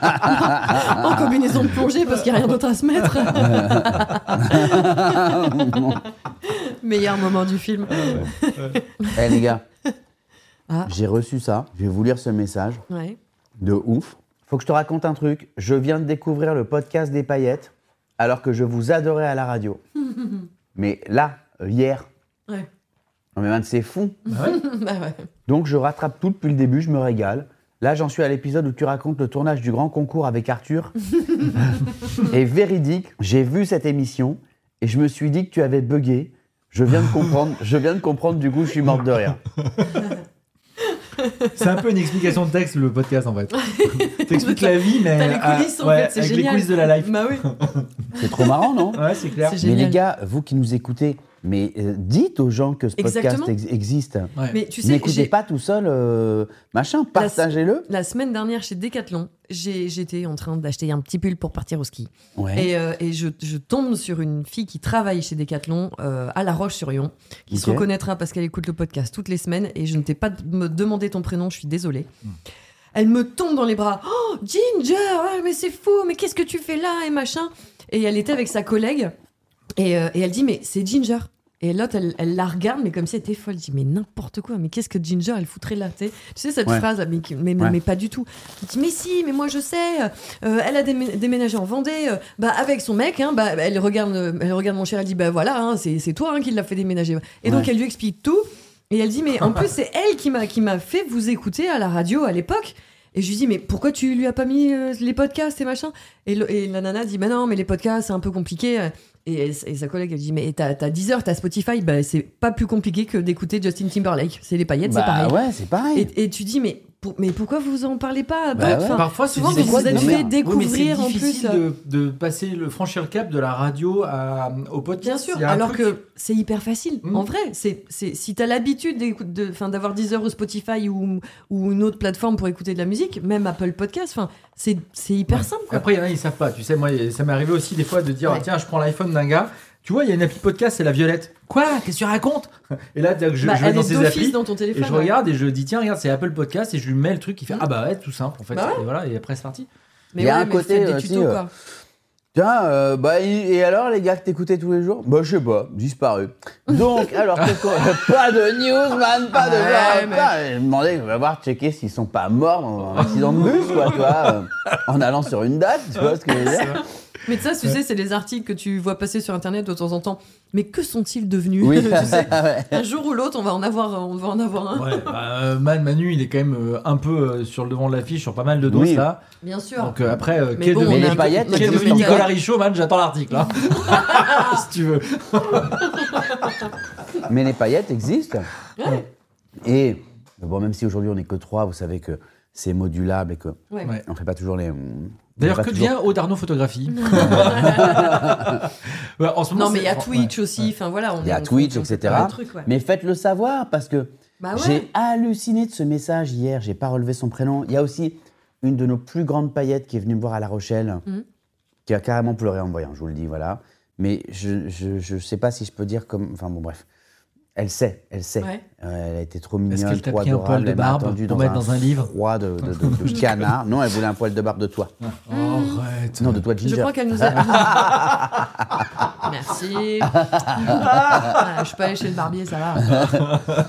[SPEAKER 1] en combinaison de plongée parce qu'il n'y a rien d'autre à se mettre. Meilleur moment du film.
[SPEAKER 2] Ah
[SPEAKER 3] Eh les gars,
[SPEAKER 1] Ah.
[SPEAKER 3] j'ai reçu ça. Je vais vous lire ce message
[SPEAKER 1] Ouais.
[SPEAKER 3] de ouf. Faut que je te raconte un truc. Je viens de découvrir le podcast des paillettes alors que je vous adorais à la radio. Mais là, euh, hier,
[SPEAKER 1] Ouais.
[SPEAKER 3] non mais man, c'est fou.
[SPEAKER 1] Bah ouais.
[SPEAKER 3] Donc je rattrape tout depuis le début, je me régale. Là, j'en suis à l'épisode où tu racontes le tournage du grand concours avec Arthur. et véridique, j'ai vu cette émission et je me suis dit que tu avais bugué. Je viens de comprendre, je viens de comprendre, du coup, je suis morte de rire.
[SPEAKER 2] C'est un peu une explication de texte, le podcast, en fait. T'expliques la vie, mais
[SPEAKER 1] T'as les
[SPEAKER 2] ah,
[SPEAKER 1] coulisses en
[SPEAKER 2] ouais,
[SPEAKER 1] fait, c'est
[SPEAKER 2] avec
[SPEAKER 1] génial.
[SPEAKER 2] les coulisses de la life.
[SPEAKER 1] Bah oui,
[SPEAKER 3] C'est trop marrant, non
[SPEAKER 2] Ouais, c'est clair.
[SPEAKER 1] c'est
[SPEAKER 3] Mais les
[SPEAKER 1] génial.
[SPEAKER 3] gars, vous qui nous écoutez, mais euh, dites aux gens que ce podcast
[SPEAKER 1] Exactement.
[SPEAKER 3] ex- existe.
[SPEAKER 2] Ouais.
[SPEAKER 1] Mais tu sais,
[SPEAKER 3] N'écoutez
[SPEAKER 1] j'ai-
[SPEAKER 3] pas tout seul, euh, machin, partagez-le.
[SPEAKER 1] la semaine dernière chez Decathlon, j'ai- j'étais en train d'acheter un petit pull pour partir au ski.
[SPEAKER 3] Ouais.
[SPEAKER 1] Et, euh, et je, je tombe sur une fille qui travaille chez Decathlon euh, à La Roche-sur-Yon, qui se
[SPEAKER 3] Ok.
[SPEAKER 1] reconnaîtra parce qu'elle écoute le podcast toutes les semaines. Et je ne t'ai pas d- me demandé ton prénom, je suis désolée. Elle me tombe dans les bras. Oh, Ginger, ouais, mais c'est fou, mais qu'est-ce que tu fais là et machin. Et elle était avec sa collègue et, euh, et elle dit mais c'est Ginger. Et l'autre, elle, elle la regarde, mais comme si elle était folle. Elle dit, mais n'importe quoi, mais qu'est-ce que Ginger, elle foutrait là Tu sais, Tu sais cette
[SPEAKER 3] Ouais.
[SPEAKER 1] phrase, là, mais, qui- mais, mais-
[SPEAKER 3] Ouais.
[SPEAKER 1] mais pas du tout. Elle dit, mais si, mais moi je sais, euh, elle a démé- déménagé en Vendée, euh, bah, avec son mec, hein, bah, elle, regarde, euh, elle regarde mon cher, elle dit, bah voilà, hein, c'est c'est toi hein, qui l'a fait déménager. Et donc
[SPEAKER 3] Ouais.
[SPEAKER 1] elle lui explique tout, et elle dit, mais en plus c'est elle qui m'a qui m'a fait vous écouter à la radio à l'époque. Et je lui dis, mais pourquoi tu lui as pas mis euh, les podcasts et machin et, le- et la nana dit, bah non, mais les podcasts, c'est un peu compliqué. Et, elle- et sa collègue, elle dit, mais t'as t'as Deezer, t'as Spotify, bah c'est pas plus compliqué que d'écouter Justin Timberlake. C'est les paillettes, c'est
[SPEAKER 3] Bah
[SPEAKER 1] pareil.
[SPEAKER 3] ouais, c'est pareil.
[SPEAKER 1] Et, et tu dis, mais, pour- mais pourquoi vous en parlez pas
[SPEAKER 3] Bah
[SPEAKER 1] d'autres
[SPEAKER 3] ouais.
[SPEAKER 1] euh, Enfin,
[SPEAKER 2] Parfois,
[SPEAKER 1] Souvent,
[SPEAKER 2] c'est
[SPEAKER 1] vous vous
[SPEAKER 3] difficile
[SPEAKER 1] êtes
[SPEAKER 3] de
[SPEAKER 1] fait
[SPEAKER 3] faire.
[SPEAKER 1] découvrir en
[SPEAKER 2] c'est
[SPEAKER 1] plus.
[SPEAKER 2] difficile
[SPEAKER 1] euh,
[SPEAKER 2] de, de passer le franchir le cap de la radio à, au podcast.
[SPEAKER 1] Bien sûr,
[SPEAKER 2] Il y a un
[SPEAKER 1] alors
[SPEAKER 2] truc-
[SPEAKER 1] que c'est hyper facile.
[SPEAKER 2] Mm.
[SPEAKER 1] En vrai, c'est c'est- si t'as l'habitude d'écoute- de- 'fin, d'avoir Deezer ou Spotify ou, ou une autre plateforme pour écouter de la musique, même Apple Podcast, 'fin, c'est c'est hyper simple. Quoi.
[SPEAKER 2] Après, il y en a, ils savent pas. Tu sais, moi, ça m'est arrivé aussi des fois de dire
[SPEAKER 1] Ouais.
[SPEAKER 2] tiens, je prends l'iPhone d'un gars. Tu vois, il y a une appli podcast, c'est la Violette. Quoi Qu'est-ce que tu racontes Et là, je, je
[SPEAKER 1] Bah,
[SPEAKER 2] vais
[SPEAKER 1] elle
[SPEAKER 2] dans
[SPEAKER 1] est
[SPEAKER 2] ces
[SPEAKER 1] d'office
[SPEAKER 2] applis.
[SPEAKER 1] dans ton téléphone.
[SPEAKER 2] Et je
[SPEAKER 1] ouais. Mm.
[SPEAKER 2] regarde et je dis tiens regarde c'est Apple Podcast et je lui mets le truc qui fait ah bah ouais tout simple en fait
[SPEAKER 1] Bah
[SPEAKER 2] et voilà et après c'est parti.
[SPEAKER 1] Mais
[SPEAKER 3] Il y a
[SPEAKER 1] ouais,
[SPEAKER 3] un
[SPEAKER 1] mais
[SPEAKER 3] côté
[SPEAKER 1] faites des
[SPEAKER 3] aussi,
[SPEAKER 1] tutos,
[SPEAKER 3] euh,
[SPEAKER 1] quoi.
[SPEAKER 3] Tiens, euh, bah, et et alors les gars que t'écoutais tous les jours Bah je sais pas, disparu. Donc, alors qu'est-ce qu'on- Pas de news, man, pas de...
[SPEAKER 1] Ouais, mais-
[SPEAKER 3] pas- Je me demandais, je vais voir checker s'ils sont pas morts dans un accident de bus, quoi, tu vois, euh, en allant sur une date, tu vois ce que je veux dire
[SPEAKER 1] Mais ça, tu sais, c'est les articles que tu vois passer sur Internet de temps en temps. Mais que sont-ils devenus
[SPEAKER 3] Oui,
[SPEAKER 1] Tu sais,
[SPEAKER 3] ouais.
[SPEAKER 1] Un jour ou l'autre, on va en avoir, on va en avoir un.
[SPEAKER 2] Ouais, bah, euh, Man Manu il est quand même euh, un peu euh, sur le devant de l'affiche sur pas mal de doses
[SPEAKER 3] Oui.
[SPEAKER 2] là.
[SPEAKER 1] Bien sûr.
[SPEAKER 2] Donc euh, après euh,
[SPEAKER 1] Ah. Mais
[SPEAKER 2] qu'est
[SPEAKER 1] bon,
[SPEAKER 2] devenu-
[SPEAKER 1] on a
[SPEAKER 3] Mais les
[SPEAKER 1] un-
[SPEAKER 3] paillettes,
[SPEAKER 1] on a
[SPEAKER 2] Qui est
[SPEAKER 1] un-
[SPEAKER 2] devenu
[SPEAKER 3] existent
[SPEAKER 2] Nicolas
[SPEAKER 3] encore.
[SPEAKER 2] Richaud, man J'attends l'article, hein. si tu veux.
[SPEAKER 3] Mais les paillettes existent.
[SPEAKER 1] Ouais.
[SPEAKER 3] Et, bon, même si aujourd'hui on n'est que trois, vous savez que c'est modulable et que
[SPEAKER 1] Ouais.
[SPEAKER 2] Ouais.
[SPEAKER 3] on fait pas toujours les... on
[SPEAKER 2] D'ailleurs,
[SPEAKER 3] fait pas
[SPEAKER 2] que
[SPEAKER 3] Bah, toujours-
[SPEAKER 2] devient Odarno Photographie Ouais, En ce moment,
[SPEAKER 1] Non, mais il y a
[SPEAKER 2] c'est-
[SPEAKER 1] Twitch aussi. Enfin voilà. on-
[SPEAKER 3] Il y a
[SPEAKER 1] on-
[SPEAKER 3] Twitch,
[SPEAKER 1] on-
[SPEAKER 3] etc.
[SPEAKER 1] un truc, ouais.
[SPEAKER 3] Mais faites-le savoir, parce que
[SPEAKER 1] Bah ouais.
[SPEAKER 3] J'ai halluciné de ce message hier, j'ai pas relevé son prénom. Il y a aussi une de nos plus grandes paillettes qui est venue me voir à La Rochelle,
[SPEAKER 1] Mhm.
[SPEAKER 3] qui a carrément pleuré en me voyant, je vous le dis, voilà. Mais je, je, je sais pas si je peux dire comme. Enfin bon, bref. Elle sait, elle sait.
[SPEAKER 1] Ouais.
[SPEAKER 3] Euh, elle a été trop mignonne,
[SPEAKER 2] Est-ce qu'elle t'a
[SPEAKER 3] trop
[SPEAKER 2] pris un
[SPEAKER 3] adorable.
[SPEAKER 2] poil de
[SPEAKER 3] elle m'a
[SPEAKER 2] barbe
[SPEAKER 3] attendu
[SPEAKER 2] pour
[SPEAKER 3] dans
[SPEAKER 2] mettre
[SPEAKER 3] un
[SPEAKER 2] dans un livre
[SPEAKER 3] froid de, de- de- de canard. Non, elle voulait un poil de barbe de toi.
[SPEAKER 1] Oh,
[SPEAKER 2] Arrête.
[SPEAKER 3] Mm. Non, de toi, de
[SPEAKER 1] Je
[SPEAKER 3] Ginger.
[SPEAKER 1] crois qu'elle nous a. Merci. Ah, je suis pas allée chez le barbier, ça va.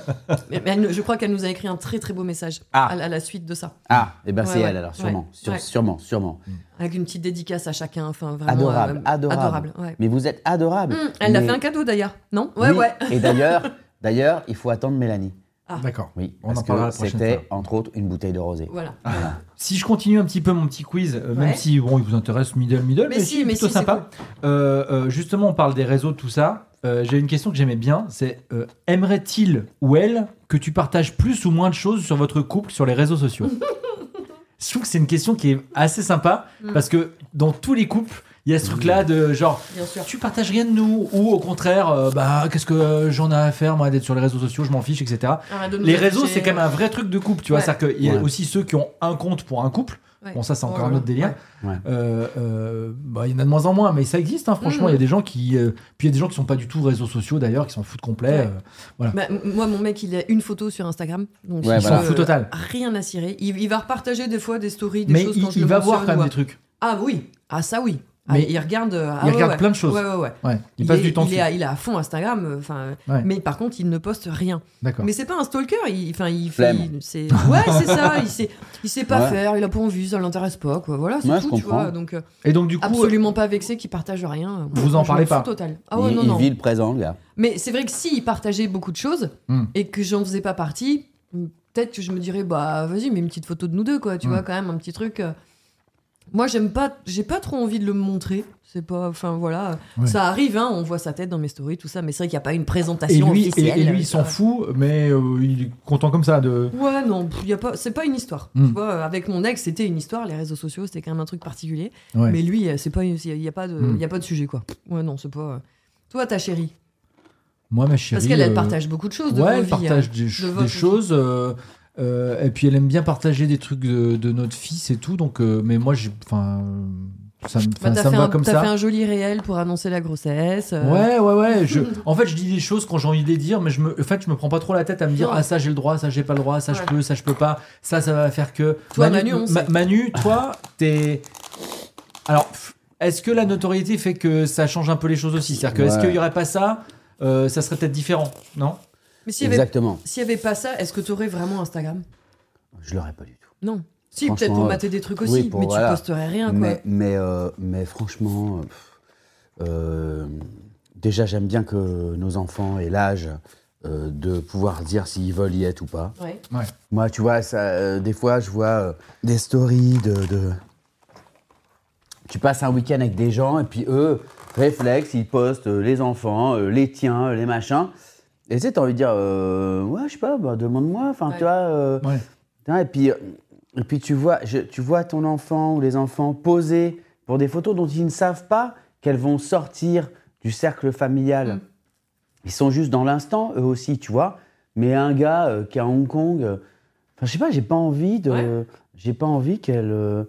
[SPEAKER 1] Mais, mais elle nous- je crois qu'elle nous a écrit un très très beau message
[SPEAKER 3] Ah.
[SPEAKER 1] à, la- à la suite de ça,
[SPEAKER 3] Ah, et ben
[SPEAKER 1] Ouais,
[SPEAKER 3] c'est
[SPEAKER 1] ouais,
[SPEAKER 3] elle alors, sûrement.
[SPEAKER 1] ouais,
[SPEAKER 3] Sûre-
[SPEAKER 1] ouais.
[SPEAKER 3] Sûrement, sûrement.
[SPEAKER 1] avec une petite dédicace à chacun. Enfin, vraiment,
[SPEAKER 3] Adorable,
[SPEAKER 1] euh,
[SPEAKER 3] adorable.
[SPEAKER 1] ouais.
[SPEAKER 3] Mais vous êtes adorable.
[SPEAKER 1] Hum, elle l'a
[SPEAKER 3] Mais-
[SPEAKER 1] fait un cadeau d'ailleurs, non Ouais,
[SPEAKER 3] Oui.
[SPEAKER 1] ouais.
[SPEAKER 3] Et d'ailleurs, d'ailleurs, il faut attendre Mélanie.
[SPEAKER 1] Ah.
[SPEAKER 2] D'accord.
[SPEAKER 3] Oui,
[SPEAKER 2] On en
[SPEAKER 3] parce
[SPEAKER 2] parlera la
[SPEAKER 3] que
[SPEAKER 2] prochaine
[SPEAKER 3] c'était
[SPEAKER 2] fois.
[SPEAKER 3] entre autres une bouteille de rosé.
[SPEAKER 1] Voilà.
[SPEAKER 2] Si je continue un petit peu mon petit quiz, euh, même
[SPEAKER 1] Ouais.
[SPEAKER 2] si bon, il vous intéresse middle middle,
[SPEAKER 1] Mais
[SPEAKER 2] mais,
[SPEAKER 1] si,
[SPEAKER 2] c'est
[SPEAKER 1] mais
[SPEAKER 2] plutôt
[SPEAKER 1] si, c'est
[SPEAKER 2] sympa. Euh, euh, justement, on parle des réseaux, tout ça. Euh, J'ai une question que j'aimais bien, c'est euh, aimerait-il ou elle que tu partages plus ou moins de choses sur votre couple sur les réseaux sociaux Je trouve que c'est une question qui est assez sympa
[SPEAKER 1] Mm.
[SPEAKER 2] parce que dans tous les couples, il y a ce truc-là de genre
[SPEAKER 1] Bien sûr.
[SPEAKER 2] tu partages rien de nous ou au contraire euh, bah qu'est-ce que euh, j'en ai à faire moi d'être sur les réseaux sociaux, je m'en fiche, etc.
[SPEAKER 1] Arrête de nous
[SPEAKER 2] Les réseaux,
[SPEAKER 1] afficher.
[SPEAKER 2] c'est quand même un vrai truc de couple, tu vois.
[SPEAKER 1] Ouais.
[SPEAKER 2] C'est-à-dire qu'il y a
[SPEAKER 3] Ouais.
[SPEAKER 2] aussi ceux qui ont un compte pour un couple.
[SPEAKER 1] Ouais.
[SPEAKER 2] Bon, ça, c'est encore
[SPEAKER 1] Oh là
[SPEAKER 2] un autre
[SPEAKER 1] là.
[SPEAKER 2] délire.
[SPEAKER 3] Ouais.
[SPEAKER 2] Euh, euh, bah, il y en a de moins en moins, mais ça existe, hein, franchement.
[SPEAKER 1] Mhm.
[SPEAKER 2] Il y a des gens qui. euh, Puis il y a des gens qui sont pas du tout réseaux sociaux d'ailleurs, qui s'en foutent complet.
[SPEAKER 1] Ouais.
[SPEAKER 2] euh,
[SPEAKER 1] Bah, m- moi, mon mec, il a une photo sur Instagram. Donc,
[SPEAKER 3] Ouais,
[SPEAKER 1] il
[SPEAKER 2] ils
[SPEAKER 3] voilà.
[SPEAKER 2] s'en foutent total.
[SPEAKER 1] Rien à cirer. Il, il va repartager des fois des stories, des
[SPEAKER 2] Mais
[SPEAKER 1] choses
[SPEAKER 2] il,
[SPEAKER 1] quand je
[SPEAKER 2] il
[SPEAKER 1] le
[SPEAKER 2] va voir
[SPEAKER 1] mentionne
[SPEAKER 2] quand même
[SPEAKER 1] ou-
[SPEAKER 2] des trucs.
[SPEAKER 1] Ah oui, ah ça oui. Ah,
[SPEAKER 2] Mais
[SPEAKER 1] il regarde, euh, ah
[SPEAKER 2] il
[SPEAKER 1] ouais,
[SPEAKER 2] regarde
[SPEAKER 1] ouais.
[SPEAKER 2] plein de choses.
[SPEAKER 1] Ouais, ouais, ouais.
[SPEAKER 2] Ouais. Il, passe
[SPEAKER 1] est,
[SPEAKER 2] du
[SPEAKER 1] il
[SPEAKER 2] temps
[SPEAKER 1] est,
[SPEAKER 2] dessus.
[SPEAKER 1] à, il est à fond Instagram, euh, enfin,
[SPEAKER 2] Ouais.
[SPEAKER 1] mais par contre, il ne poste rien.
[SPEAKER 2] D'accord.
[SPEAKER 1] Mais c'est pas un stalker, il, enfin, il fait,
[SPEAKER 3] Flemme.
[SPEAKER 1] il- c'est, ouais, c'est ça, il sait, il sait pas
[SPEAKER 3] Ouais.
[SPEAKER 1] faire, il a pas envie, ça l'intéresse pas, quoi. Voilà, c'est
[SPEAKER 3] Ouais,
[SPEAKER 1] tout,
[SPEAKER 3] je
[SPEAKER 1] tu
[SPEAKER 3] comprends.
[SPEAKER 1] vois. Donc, euh,
[SPEAKER 2] Et donc du coup,
[SPEAKER 1] absolument pas vexé qu'il partage rien.
[SPEAKER 2] Vous en
[SPEAKER 1] Je
[SPEAKER 2] parlez
[SPEAKER 1] m'en fous
[SPEAKER 2] pas.
[SPEAKER 1] Total. Ah ouais,
[SPEAKER 3] il,
[SPEAKER 1] non,
[SPEAKER 3] il
[SPEAKER 1] non.
[SPEAKER 3] vit le présent, le gars.
[SPEAKER 1] Mais c'est vrai que s'il partageait beaucoup de choses
[SPEAKER 2] Hmm.
[SPEAKER 1] et que j'en faisais pas partie, peut-être que je me dirais bah vas-y, mets une petite photo de nous deux quoi, tu
[SPEAKER 2] Hmm.
[SPEAKER 1] vois quand même un petit truc. euh. Moi j'aime pas, j'ai pas trop envie de le montrer. C'est pas, enfin voilà,
[SPEAKER 2] Ouais.
[SPEAKER 1] ça arrive, hein, on voit sa tête dans mes stories tout ça, mais c'est vrai qu'il y a pas une
[SPEAKER 2] et
[SPEAKER 1] présentation
[SPEAKER 2] lui, et-
[SPEAKER 1] officielle.
[SPEAKER 2] et lui,
[SPEAKER 1] euh,
[SPEAKER 2] il s'en
[SPEAKER 1] ça.
[SPEAKER 2] fout, mais euh, il est content comme ça de.
[SPEAKER 1] Ouais non, pff, y a pas, c'est pas une histoire.
[SPEAKER 2] Hmm.
[SPEAKER 1] Tu vois, euh, avec mon ex c'était une histoire, les réseaux sociaux c'était quand même un truc particulier.
[SPEAKER 2] Ouais.
[SPEAKER 1] Mais lui euh, c'est pas, il y a pas de,
[SPEAKER 2] Hmm.
[SPEAKER 1] y a pas de sujet quoi. Ouais non c'est pas. euh. Toi ta chérie,
[SPEAKER 2] Moi, ma chérie.
[SPEAKER 1] parce qu'elle elle
[SPEAKER 2] euh,
[SPEAKER 1] partage beaucoup de choses de
[SPEAKER 2] ouais,
[SPEAKER 1] vos
[SPEAKER 2] elle
[SPEAKER 1] vies,
[SPEAKER 2] partage
[SPEAKER 1] hein,
[SPEAKER 2] des, ch-
[SPEAKER 1] de
[SPEAKER 2] des
[SPEAKER 1] votre vie.
[SPEAKER 2] choses. euh, euh, et puis elle aime bien partager des trucs de, de notre fils et tout. Donc, euh, mais moi, j'ai, enfin, euh, ça me,
[SPEAKER 1] Bah,
[SPEAKER 2] enfin,
[SPEAKER 1] t'as
[SPEAKER 2] ça me
[SPEAKER 1] fait,
[SPEAKER 2] va
[SPEAKER 1] un-
[SPEAKER 2] comme
[SPEAKER 1] t'as
[SPEAKER 2] ça.
[SPEAKER 1] fait un joli réel pour annoncer la grossesse. euh,
[SPEAKER 2] Ouais, ouais, ouais. Je, en fait, je dis des choses quand j'ai envie de les dire, mais je me, en fait, je me prends pas trop la tête à me dire
[SPEAKER 1] Non.
[SPEAKER 2] ah ça j'ai le droit, ça j'ai pas le droit, ça
[SPEAKER 1] Ouais.
[SPEAKER 2] je peux, ça je peux pas, ça ça va faire que.
[SPEAKER 1] Toi, Manu, on sait.
[SPEAKER 2] Manu, toi, t'es. Alors, pff, est-ce que la notoriété fait que ça change un peu les choses aussi C'est-à-dire que est-ce
[SPEAKER 3] Ouais.
[SPEAKER 2] qu'il y aurait pas ça, euh, ça serait peut-être différent, non
[SPEAKER 1] Mais s'il y, avait,
[SPEAKER 3] Exactement.
[SPEAKER 1] s'il y avait pas ça, est-ce que t'aurais vraiment Instagram
[SPEAKER 3] Je l'aurais pas du tout.
[SPEAKER 1] Non. Si,
[SPEAKER 3] Franchement,
[SPEAKER 1] peut-être pour
[SPEAKER 3] ouais.
[SPEAKER 1] mater des trucs
[SPEAKER 3] Oui,
[SPEAKER 1] aussi,
[SPEAKER 3] pour-
[SPEAKER 1] mais
[SPEAKER 3] voilà.
[SPEAKER 1] tu posterais rien, quoi.
[SPEAKER 3] Mais, mais, euh, mais franchement, euh, pff, euh, déjà j'aime bien que nos enfants aient l'âge euh, de pouvoir dire s'ils veulent y être ou pas.
[SPEAKER 1] Ouais.
[SPEAKER 2] Ouais.
[SPEAKER 3] Moi, tu vois, ça, euh, des fois, je vois euh, des stories de, de- Tu passes un week-end avec des gens et puis eux, réflexe, ils postent euh, les enfants, euh, les tiens, euh, les machins. Et tu sais, t'as envie de dire, euh, ouais, je sais pas, bah, demande-moi. Enfin,
[SPEAKER 1] Ouais.
[SPEAKER 3] tu vois. euh,
[SPEAKER 2] Ouais.
[SPEAKER 3] Hein, et puis, euh, et puis tu, vois, je- tu vois ton enfant ou les enfants posés pour des photos dont ils ne savent pas qu'elles vont sortir du cercle familial.
[SPEAKER 1] Mm.
[SPEAKER 3] Ils sont juste dans l'instant, eux aussi, tu vois. Mais un gars euh, qui est à Hong Kong, euh, enfin, je sais pas, j'ai pas envie de.
[SPEAKER 1] Ouais.
[SPEAKER 3] J'ai pas envie qu'elle. euh,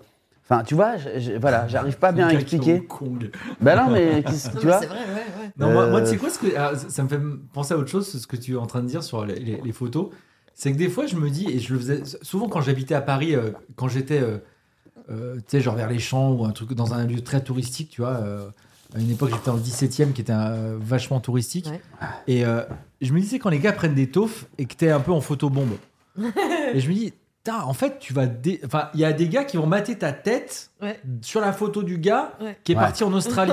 [SPEAKER 3] Enfin, tu vois, je- je- voilà, j'arrive pas bien à
[SPEAKER 2] Quelqu'un
[SPEAKER 3] expliquer.
[SPEAKER 2] au Kong.
[SPEAKER 3] Ben non, mais qu'est-ce-
[SPEAKER 1] Non,
[SPEAKER 3] tu
[SPEAKER 1] mais
[SPEAKER 3] vois.
[SPEAKER 1] c'est vrai, ouais, ouais.
[SPEAKER 2] Non, moi,
[SPEAKER 3] Euh,
[SPEAKER 2] moi, tu sais quoi, ce que, ah, ça- ça me fait penser à autre chose, ce que tu es en train de dire sur les, les- les photos. C'est que des fois, je me dis, et je le faisais souvent quand j'habitais à Paris, euh, quand j'étais, euh, euh, tu sais, genre vers les champs ou un truc dans un lieu très touristique, tu vois. euh, à une époque, j'étais en 17 e qui était euh, vachement touristique.
[SPEAKER 1] Ouais.
[SPEAKER 2] Et euh, je me disais, quand les gars prennent des taufs et que t'es un peu en photobombe, et je me dis, Putain, en fait, tu vas. dé- Enfin, il y a des gars qui vont mater ta tête
[SPEAKER 1] Ouais.
[SPEAKER 2] sur la photo du gars
[SPEAKER 1] Ouais.
[SPEAKER 2] qui est
[SPEAKER 3] Ouais.
[SPEAKER 2] parti en Australie.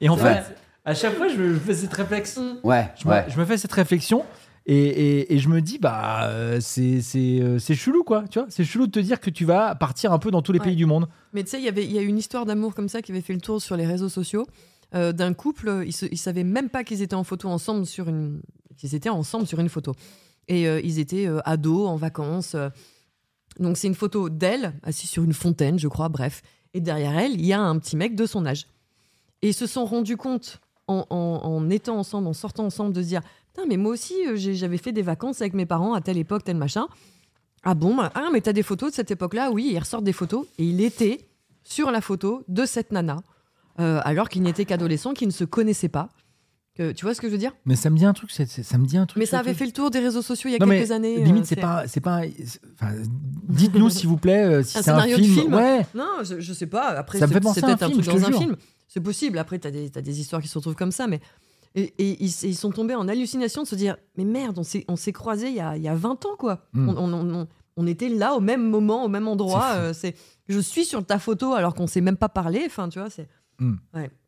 [SPEAKER 2] Et en
[SPEAKER 3] Ouais.
[SPEAKER 2] fait, à chaque fois, je me fais cette réflexe.
[SPEAKER 1] Mm.
[SPEAKER 3] Ouais,
[SPEAKER 2] Je,
[SPEAKER 3] ouais.
[SPEAKER 2] me, je me fais cette réflexion et, et- et je me dis, bah, euh, c'est c'est, euh, c'est chelou, quoi. Tu vois, c'est chelou de te dire que tu vas partir un peu dans tous les
[SPEAKER 1] Ouais.
[SPEAKER 2] pays du monde.
[SPEAKER 1] Mais tu sais, il y avait- il y a eu une histoire d'amour comme ça qui avait fait le tour sur les réseaux sociaux euh, d'un couple. euh, Ils, se, ils savaient même pas qu'ils étaient en photo ensemble sur une. qu'ils étaient ensemble sur une photo. Et euh, ils étaient euh, ados en vacances. euh. Donc c'est une photo d'elle assise sur une fontaine, je crois. Bref. Et derrière elle, il y a un petit mec de son âge. Et ils se sont rendus compte en, en- en étant ensemble, en sortant ensemble, de se dire putain, mais moi aussi euh, j'ai- j'avais fait des vacances avec mes parents à telle époque, tel machin. Ah bon bah, Ah, mais t'as des photos de cette époque-là Oui, il ressort des photos. Et il était sur la photo de cette nana, euh, alors qu'il n'était qu'adolescent, qu'il ne se connaissait pas. Que, tu vois ce que je veux dire
[SPEAKER 2] Mais ça me dit un truc, c'est- c'est- ça me dit un truc.
[SPEAKER 1] Mais ça
[SPEAKER 2] surtout.
[SPEAKER 1] avait fait le tour des réseaux sociaux il y a
[SPEAKER 2] Non, mais
[SPEAKER 1] quelques années. euh,
[SPEAKER 2] Limite, c'est pas, c'est pas. c'est- enfin, dites-nous s'il vous plaît euh, si
[SPEAKER 1] Un
[SPEAKER 2] c'est un
[SPEAKER 1] scénario de
[SPEAKER 2] film.
[SPEAKER 1] film
[SPEAKER 2] Ouais.
[SPEAKER 1] Non, je, je sais pas. Après,
[SPEAKER 2] Ça me
[SPEAKER 1] c'est
[SPEAKER 2] fait penser
[SPEAKER 1] c'est
[SPEAKER 2] à un
[SPEAKER 1] peut-être un,
[SPEAKER 2] film,
[SPEAKER 1] truc
[SPEAKER 2] je te
[SPEAKER 1] dans un
[SPEAKER 2] jure.
[SPEAKER 1] film. C'est possible. Après, t'as des, t'as des histoires qui se retrouvent comme ça, mais. Et, et ils, ils sont tombés en hallucination de se dire Mais merde, on s'est, on s'est croisés il y a, il y a 20 ans, quoi.
[SPEAKER 2] Mm.
[SPEAKER 1] On, on- on- on était là, au même moment, au même endroit.
[SPEAKER 2] C'est fou.
[SPEAKER 1] euh, c'est, je suis sur ta photo alors qu'on s'est même pas parlé. Enfin, tu vois, c'est.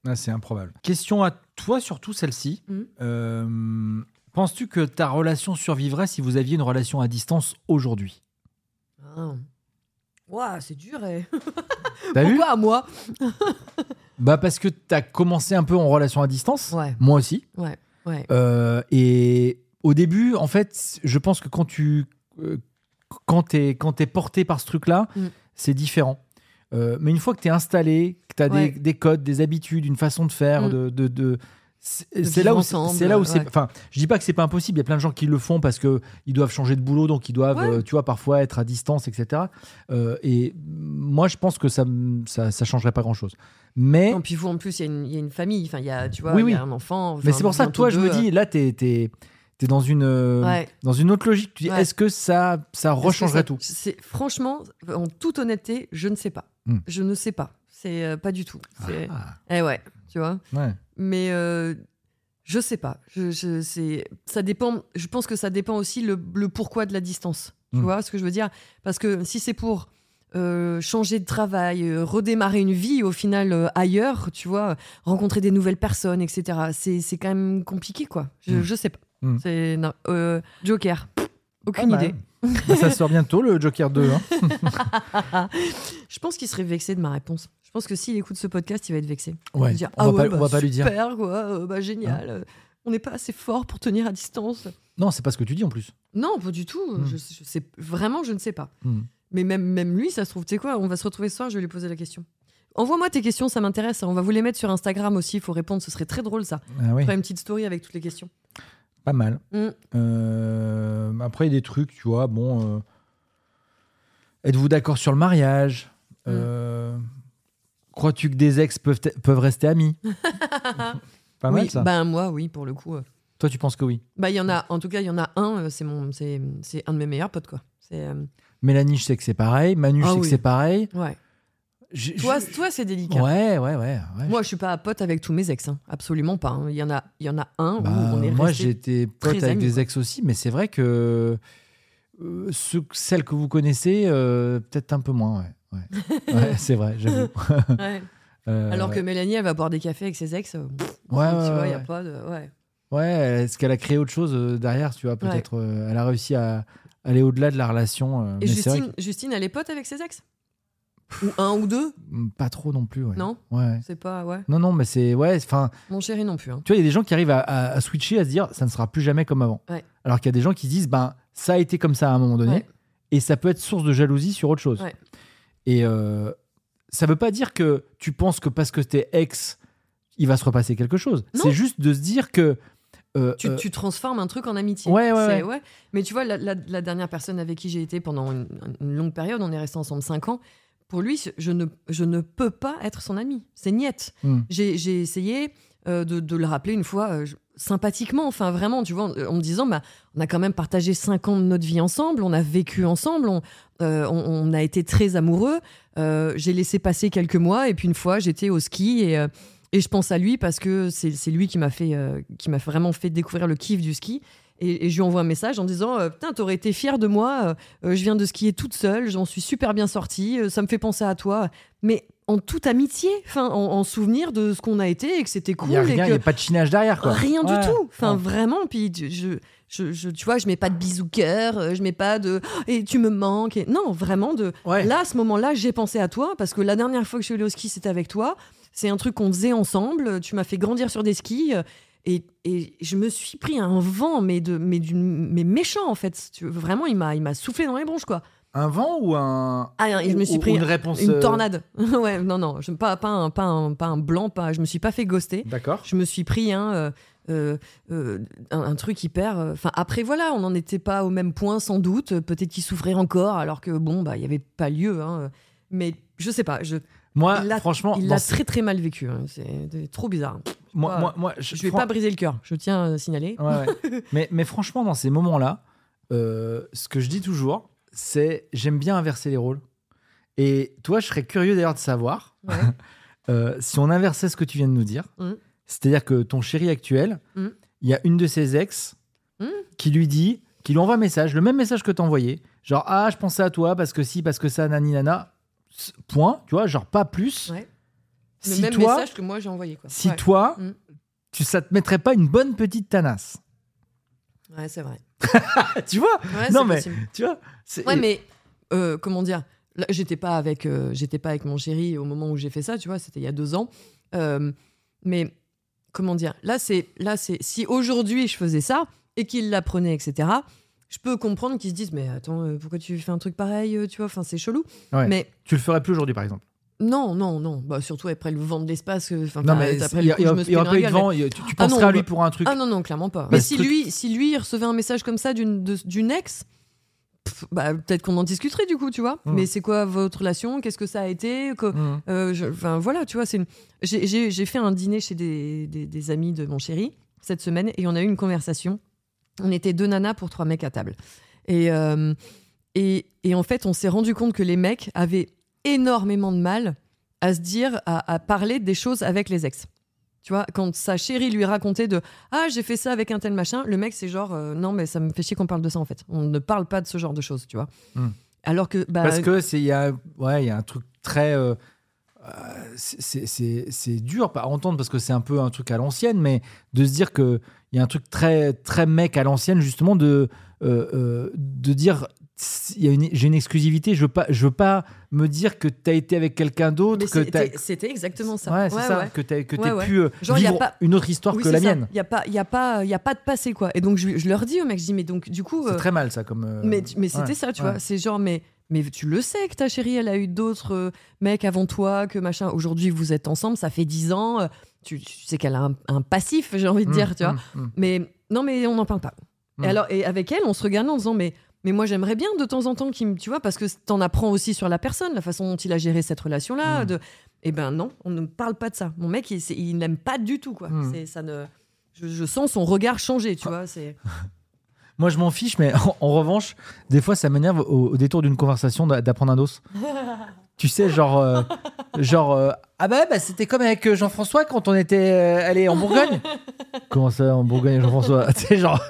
[SPEAKER 2] Ah, c'est improbable. Question à toi, surtout celle-ci.
[SPEAKER 1] Mhm.
[SPEAKER 2] Euh, Penses-tu que ta relation survivrait si vous aviez une relation à distance aujourd'hui
[SPEAKER 1] Ah. Ouah, c'est dur. eh.
[SPEAKER 2] T'as vu
[SPEAKER 1] Pourquoi à moi
[SPEAKER 2] Bah parce que t'as commencé un peu en relation à distance.
[SPEAKER 1] Ouais.
[SPEAKER 2] Moi aussi.
[SPEAKER 1] Ouais, ouais.
[SPEAKER 2] Euh, et au début, en fait, je pense que quand tu euh, quand t'es quand t'es porté par ce truc-là,
[SPEAKER 1] Mm.
[SPEAKER 2] c'est différent. Euh, mais une fois que t'es installé, que t'as
[SPEAKER 1] Ouais.
[SPEAKER 2] des, des codes, des habitudes, une façon de faire,
[SPEAKER 1] Mm.
[SPEAKER 2] de, de- de- c'est c'est
[SPEAKER 1] vivre
[SPEAKER 2] là où c'est
[SPEAKER 1] ensemble,
[SPEAKER 2] c'est là où c'est.
[SPEAKER 1] ouais.
[SPEAKER 2] Enfin, je dis pas que c'est pas impossible. Il y a plein de gens qui le font parce que ils doivent changer de boulot, donc ils doivent,
[SPEAKER 1] Ouais.
[SPEAKER 2] euh, tu vois, parfois être à distance, etc. Euh, et moi, je pense que ça me- ça, ça changerait pas grand-chose. Mais
[SPEAKER 1] Non, puis vous, en plus, il y a une- il y, a une famille. Enfin, il y a, tu vois,
[SPEAKER 2] Oui,
[SPEAKER 1] il y
[SPEAKER 2] oui.
[SPEAKER 1] a un enfant.
[SPEAKER 2] mais
[SPEAKER 1] enfin,
[SPEAKER 2] c'est pour ça que
[SPEAKER 1] bientôt
[SPEAKER 2] toi, je me
[SPEAKER 1] deux,
[SPEAKER 2] dis, là, t'es es, dans une
[SPEAKER 1] euh,
[SPEAKER 2] euh,
[SPEAKER 1] Ouais.
[SPEAKER 2] dans une autre logique. Tu dis,
[SPEAKER 1] Ouais.
[SPEAKER 2] est-ce que ça, ça
[SPEAKER 1] Est-ce que
[SPEAKER 2] rechangerait
[SPEAKER 1] ça-
[SPEAKER 2] tout
[SPEAKER 1] c'est- Franchement, en toute honnêteté, je ne sais pas.
[SPEAKER 2] Hmm.
[SPEAKER 1] Je ne sais pas. C'est euh, pas du tout. C'est-
[SPEAKER 2] Ah,
[SPEAKER 1] Eh ouais, tu vois.
[SPEAKER 2] ouais.
[SPEAKER 1] Mais euh, je sais pas. Je, je- c'est- ça dépend. Je pense que ça dépend aussi le, le pourquoi de la distance. Tu
[SPEAKER 2] Hmm.
[SPEAKER 1] vois ce que je veux dire Parce que si c'est pour euh, changer de travail, euh, redémarrer une vie au final euh, ailleurs, tu vois, rencontrer des nouvelles personnes, etc. C'est c'est quand même compliqué, quoi. Je,
[SPEAKER 2] Hmm.
[SPEAKER 1] je sais pas.
[SPEAKER 2] Hmm.
[SPEAKER 1] C'est non, euh, Joker. Aucune
[SPEAKER 2] Pas mal.
[SPEAKER 1] idée.
[SPEAKER 2] Bah, ça sort bientôt le Joker 2. hein.
[SPEAKER 1] Je pense qu'il serait vexé de ma réponse. Je pense que s'il écoute ce podcast, il va être vexé. Il
[SPEAKER 2] Ouais.
[SPEAKER 1] va dire,
[SPEAKER 2] on,
[SPEAKER 1] ah
[SPEAKER 2] va
[SPEAKER 1] ouais,
[SPEAKER 2] pas,
[SPEAKER 1] bah,
[SPEAKER 2] on va pas lui dire. Hein
[SPEAKER 1] Super, quoi, euh, bah, génial. euh, on n'est pas assez fort pour tenir à distance.
[SPEAKER 2] Non, c'est pas ce que tu dis en plus.
[SPEAKER 1] Non, pas du tout.
[SPEAKER 2] Hmm.
[SPEAKER 1] Je, je sais, vraiment, je ne sais pas.
[SPEAKER 2] Hmm.
[SPEAKER 1] Mais même, même lui, ça se trouve, tu sais quoi, on va se retrouver ce soir, je vais lui poser la question. Envoie-moi tes questions, ça m'intéresse. hein. On va vous les mettre sur Instagram aussi, il faut répondre, ce serait très drôle ça.
[SPEAKER 2] Ah oui,
[SPEAKER 1] Faire une petite story avec toutes les questions.
[SPEAKER 2] pas mal.
[SPEAKER 1] Mm.
[SPEAKER 2] Euh, après, il y a des trucs, tu vois. Bon, euh, êtes-vous d'accord sur le mariage
[SPEAKER 1] Hmm.
[SPEAKER 2] Euh, Crois-tu que des ex peuvent, peuvent rester amis Pas
[SPEAKER 1] oui,
[SPEAKER 2] mal ça.
[SPEAKER 1] Ben moi, oui, pour le coup. euh.
[SPEAKER 2] Toi, tu penses que oui
[SPEAKER 1] Bah, il y en a, en tout cas, il y en a un, euh, c'est mon, c'est c'est un de mes meilleurs potes, quoi. C'est. euh,
[SPEAKER 2] Mélanie, je sais que c'est pareil. Manu, je
[SPEAKER 1] Ah
[SPEAKER 2] sais que
[SPEAKER 1] oui.
[SPEAKER 2] c'est pareil.
[SPEAKER 1] ouais.
[SPEAKER 2] Je-
[SPEAKER 1] Toi,
[SPEAKER 2] je-
[SPEAKER 1] toi c'est délicat.
[SPEAKER 2] Ouais, ouais, ouais. ouais.
[SPEAKER 1] Moi, je suis pas pote avec tous mes ex, hein. absolument pas. hein. Il y en a, il y en a un
[SPEAKER 2] Bah,
[SPEAKER 1] où on est
[SPEAKER 2] moi,
[SPEAKER 1] resté.
[SPEAKER 2] j'étais
[SPEAKER 1] très
[SPEAKER 2] pote avec
[SPEAKER 1] amis,
[SPEAKER 2] des
[SPEAKER 1] quoi.
[SPEAKER 2] ex aussi, mais c'est vrai que euh, ceux- celles que vous connaissez, euh, peut-être un peu moins. Ouais, Ouais. Ouais, c'est vrai, j'avoue.
[SPEAKER 1] Ouais.
[SPEAKER 2] Euh,
[SPEAKER 1] Alors que
[SPEAKER 2] ouais.
[SPEAKER 1] Mélanie, elle va boire des cafés avec ses ex. euh, pff, tu
[SPEAKER 2] Ouais, ouais,
[SPEAKER 1] vois, il y a
[SPEAKER 2] ouais.
[SPEAKER 1] pas de. Ouais.
[SPEAKER 2] Ouais, est-ce qu'elle a créé autre chose euh, derrière Tu vois, peut-être euh, elle a réussi à aller au-delà de la relation. euh,
[SPEAKER 1] Et
[SPEAKER 2] mais c'est vrai
[SPEAKER 1] Justine, Justine, elle est pote avec ses ex Ou un ou deux
[SPEAKER 2] que- mm, pas trop non plus. ouais.
[SPEAKER 1] Non
[SPEAKER 2] Ouais, ouais.
[SPEAKER 1] C'est pas. Ouais.
[SPEAKER 2] Non, non, mais c'est ouais. Enfin,
[SPEAKER 1] Mon chéri non plus. hein.
[SPEAKER 2] tu vois, il y a des gens qui arrivent à, à- à switcher, à se dire, ça ne sera plus jamais comme avant.
[SPEAKER 1] Ouais.
[SPEAKER 2] Alors qu'il y a des gens qui disent, ben, ça a été comme ça à un moment donné.
[SPEAKER 1] Ouais.
[SPEAKER 2] et ça peut être source de jalousie sur autre chose.
[SPEAKER 1] Ouais.
[SPEAKER 2] Et euh, ça veut pas dire que tu penses que parce que t'es ex, il va se repasser quelque chose.
[SPEAKER 1] Non.
[SPEAKER 2] C'est juste de se dire que. euh,
[SPEAKER 1] Tu,
[SPEAKER 2] euh,
[SPEAKER 1] tu transformes un truc en amitié.
[SPEAKER 2] Ouais, ouais,
[SPEAKER 1] C'est-
[SPEAKER 2] ouais.
[SPEAKER 1] Mais tu vois, la, la- la dernière personne avec qui j'ai été pendant une, une longue période, on est resté ensemble 5 ans. Pour lui, je ne, je ne peux pas être son ami. C'est niette.
[SPEAKER 2] Hmm.
[SPEAKER 1] J'ai j'ai essayé euh, de, de le rappeler une fois euh, je- sympathiquement, enfin vraiment, tu vois, en, en me disant, bah, on a quand même partagé 5 ans de notre vie ensemble, on a vécu ensemble, on, euh, on, on a été très amoureux. Euh, j'ai laissé passer quelques mois et puis une fois, j'étais au ski et. euh, et je pense à lui parce que c'est c'est lui qui m'a fait, euh, qui m'a vraiment fait découvrir le kiff du ski. Et, et je lui envoie un message en disant euh, Putain, t'aurais été fière de moi, euh, euh, je viens de skier toute seule, j'en suis super bien sortie, euh, ça me fait penser à toi. Mais en toute amitié, enfin, en, en souvenir de ce qu'on a été et que c'était
[SPEAKER 2] il
[SPEAKER 1] cool.
[SPEAKER 2] n'y a
[SPEAKER 1] et
[SPEAKER 2] rien, il
[SPEAKER 1] que-
[SPEAKER 2] y a pas de chinage derrière. Quoi.
[SPEAKER 1] Rien
[SPEAKER 2] Ouais.
[SPEAKER 1] du tout. Enfin,
[SPEAKER 2] Ouais.
[SPEAKER 1] vraiment. Puis, je, je- je- je- tu vois, je mets pas de bisous cœur, euh, je mets pas de Oh, et tu me manques. Et- Non, vraiment de.
[SPEAKER 2] Ouais.
[SPEAKER 1] Là, à ce moment-là, j'ai pensé à toi parce que la dernière fois que je suis allée au ski, c'était avec toi. C'est un truc qu'on faisait ensemble. Tu m'as fait grandir sur des skis. euh, Et, et je me suis pris un vent, mais, de, mais, d'une- mais méchant en fait. Tu- Vraiment, il m'a il m'a soufflé dans les bronches quoi.
[SPEAKER 2] Un vent ou un.
[SPEAKER 1] Ah, et je me suis
[SPEAKER 2] ou-
[SPEAKER 1] pris
[SPEAKER 2] ou une réponse.
[SPEAKER 1] une
[SPEAKER 2] euh,
[SPEAKER 1] tornade. ouais, non, non, je, pas, pas, un, pas, un, pas un blanc, pas, je me suis pas fait ghoster.
[SPEAKER 2] D'accord.
[SPEAKER 1] Je me suis pris un, euh, euh, euh, un, un truc hyper. euh, Enfin, après, voilà, on n'en était pas au même point, sans doute. Euh, Peut-être qu'il souffrait encore, alors que bon, bah, il n'y avait pas lieu. hein. Mais je sais pas. Je,
[SPEAKER 2] Moi,
[SPEAKER 1] Il l'a-
[SPEAKER 2] franchement,
[SPEAKER 1] il
[SPEAKER 2] dans
[SPEAKER 1] l'a
[SPEAKER 2] ce-
[SPEAKER 1] très très mal vécu. hein. C'est c'est trop bizarre.
[SPEAKER 2] moi,
[SPEAKER 1] pas-
[SPEAKER 2] moi, moi,
[SPEAKER 1] Je vais
[SPEAKER 2] fran-
[SPEAKER 1] pas briser le cœur, je tiens à signaler.
[SPEAKER 2] Ouais, ouais. mais, mais franchement, dans ces moments-là, euh, ce que je dis toujours, c'est j'aime bien inverser les rôles. Et toi, je serais curieux d'ailleurs de savoir
[SPEAKER 1] Ouais.
[SPEAKER 2] euh, si on inversait ce que tu viens de nous dire,
[SPEAKER 1] Mm.
[SPEAKER 2] c'est-à-dire que ton chéri actuel, il
[SPEAKER 1] Mm.
[SPEAKER 2] y a une de ses ex
[SPEAKER 1] Mm.
[SPEAKER 2] qui lui dit, qui lui envoie un message, le même message que t'as envoyé, genre ah je pensais à toi parce que si, parce que ça, nani nana, S- point, tu vois, genre pas plus.
[SPEAKER 1] Ouais. Le
[SPEAKER 2] Si
[SPEAKER 1] même
[SPEAKER 2] toi,
[SPEAKER 1] message que moi j'ai envoyé. Quoi.
[SPEAKER 2] si
[SPEAKER 1] ouais.
[SPEAKER 2] toi,
[SPEAKER 1] Mm.
[SPEAKER 2] tu, ça te mettrait pas une bonne petite tanasse,
[SPEAKER 1] Ouais, c'est vrai.
[SPEAKER 2] tu vois,
[SPEAKER 1] Ouais,
[SPEAKER 2] Non,
[SPEAKER 1] c'est
[SPEAKER 2] mais-
[SPEAKER 1] possible.
[SPEAKER 2] tu vois. c'est-
[SPEAKER 1] Ouais, mais euh, comment dire là, J'étais pas avec, euh, j'étais pas avec mon chéri au moment où j'ai fait ça, tu vois. C'était il y a deux ans. Euh, mais comment dire Là, c'est là, c'est si aujourd'hui je faisais ça et qu'il l'apprenait, etc. Je peux comprendre qu'ils se disent mais attends, euh, pourquoi tu fais un truc pareil euh, Tu vois, enfin c'est chelou.
[SPEAKER 2] Ouais.
[SPEAKER 1] Mais
[SPEAKER 2] Tu le ferais plus aujourd'hui, par exemple.
[SPEAKER 1] non, non, non. Bah surtout après le vent de l'espace. euh, Enfin,
[SPEAKER 2] Non,
[SPEAKER 1] bah,
[SPEAKER 2] mais
[SPEAKER 1] après
[SPEAKER 2] il y,
[SPEAKER 1] le
[SPEAKER 2] a-
[SPEAKER 1] coup,
[SPEAKER 2] il y
[SPEAKER 1] je
[SPEAKER 2] a-
[SPEAKER 1] me
[SPEAKER 2] il y
[SPEAKER 1] suis
[SPEAKER 2] aura
[SPEAKER 1] dans
[SPEAKER 2] pas
[SPEAKER 1] la
[SPEAKER 2] eu de
[SPEAKER 1] gueule,
[SPEAKER 2] vent. il y a- Tu, tu
[SPEAKER 1] Ah non,
[SPEAKER 2] penserais à lui
[SPEAKER 1] bah-
[SPEAKER 2] pour un truc.
[SPEAKER 1] Ah non, non, clairement pas.
[SPEAKER 2] Mais
[SPEAKER 1] Mais
[SPEAKER 2] ce
[SPEAKER 1] si,
[SPEAKER 2] truc-
[SPEAKER 1] lui, si lui, il recevait un message comme ça d'une de- d'une ex, pff, bah, peut-être qu'on en discuterait du coup, tu vois.
[SPEAKER 2] Mm.
[SPEAKER 1] Mais c'est quoi votre relation Qu'est-ce que ça a été Que-
[SPEAKER 2] Mmh.
[SPEAKER 1] euh, je- Enfin, voilà, tu vois. c'est une- J'ai- J'ai j'ai fait un dîner chez des, des- des amis de mon chéri cette semaine et on a eu une conversation. On était deux nanas pour trois mecs à table. Et, euh, et, et en fait, on s'est rendu compte que les mecs avaient énormément de mal à se dire, à, à parler des choses avec les ex. Tu vois, quand sa chérie lui racontait de Ah, j'ai fait ça avec un tel machin, le mec, c'est genre euh, Non, mais ça me fait chier qu'on parle de ça en fait. On ne parle pas de ce genre de choses, tu vois.
[SPEAKER 2] Mm.
[SPEAKER 1] Alors que. Bah,
[SPEAKER 2] Parce que c'est il y a ouais il y a un truc très euh, euh, c'est- c'est c'est- c'est dur à entendre parce que c'est un peu un truc à l'ancienne, mais de se dire que il y a un truc très très mec à l'ancienne justement de euh, euh, de dire s'il y a une- j'ai une exclusivité, je veux pas je veux pas me dire que t'as été avec quelqu'un
[SPEAKER 1] mais
[SPEAKER 2] d'autre, que t'as
[SPEAKER 1] c'était c'était exactement ça.
[SPEAKER 2] ouais c'est ça
[SPEAKER 1] ouais.
[SPEAKER 2] que t'as que
[SPEAKER 1] Ouais,
[SPEAKER 2] t'aies
[SPEAKER 1] ouais.
[SPEAKER 2] pu euh,
[SPEAKER 1] Genre, il y a
[SPEAKER 2] vivre
[SPEAKER 1] pas-
[SPEAKER 2] une autre histoire
[SPEAKER 1] Oui,
[SPEAKER 2] que
[SPEAKER 1] c'est
[SPEAKER 2] la
[SPEAKER 1] ça.
[SPEAKER 2] mienne.
[SPEAKER 1] Il y a pas, il y a pas, il y a pas de passé quoi. Et donc je, je leur dis aux mecs, je dis mais donc du coup,
[SPEAKER 2] C'est
[SPEAKER 1] euh,
[SPEAKER 2] très mal ça comme. euh,
[SPEAKER 1] mais tu- mais c'était
[SPEAKER 2] ouais,
[SPEAKER 1] ça, tu
[SPEAKER 2] ouais.
[SPEAKER 1] vois. C'est genre mais mais tu le sais que ta chérie, elle a eu d'autres euh, mecs avant toi, que machin. Aujourd'hui vous êtes ensemble, ça fait 10 ans. euh, tu, tu sais qu'elle a un, un passif, j'ai envie de dire,
[SPEAKER 2] Mmh,
[SPEAKER 1] tu vois.
[SPEAKER 2] mmh, mmh.
[SPEAKER 1] Mais non mais on n'en parle pas.
[SPEAKER 2] Mm.
[SPEAKER 1] Et alors et avec elle, on se regarde en disant mais mais moi j'aimerais bien de temps en temps qu'il me tu vois parce que t'en apprends aussi sur la personne, la façon dont il a géré cette relation là.
[SPEAKER 2] Mm.
[SPEAKER 1] De eh ben non, on ne parle pas de ça. Mon mec il, c'est- il n'aime pas du tout quoi.
[SPEAKER 2] Mm.
[SPEAKER 1] C'est ça ne je, je sens son regard changer,
[SPEAKER 2] Ah.
[SPEAKER 1] tu vois. C'est
[SPEAKER 2] Moi, je m'en fiche, mais en, en revanche, des fois, ça m'énerve au, au détour d'une conversation d'a- d'apprendre un dos. tu sais, genre. euh, genre euh, ah bah, bah, c'était comme avec euh, Jean-François quand on était euh, allé en Bourgogne. Comment ça, en Bourgogne, Jean-François Tu sais, genre.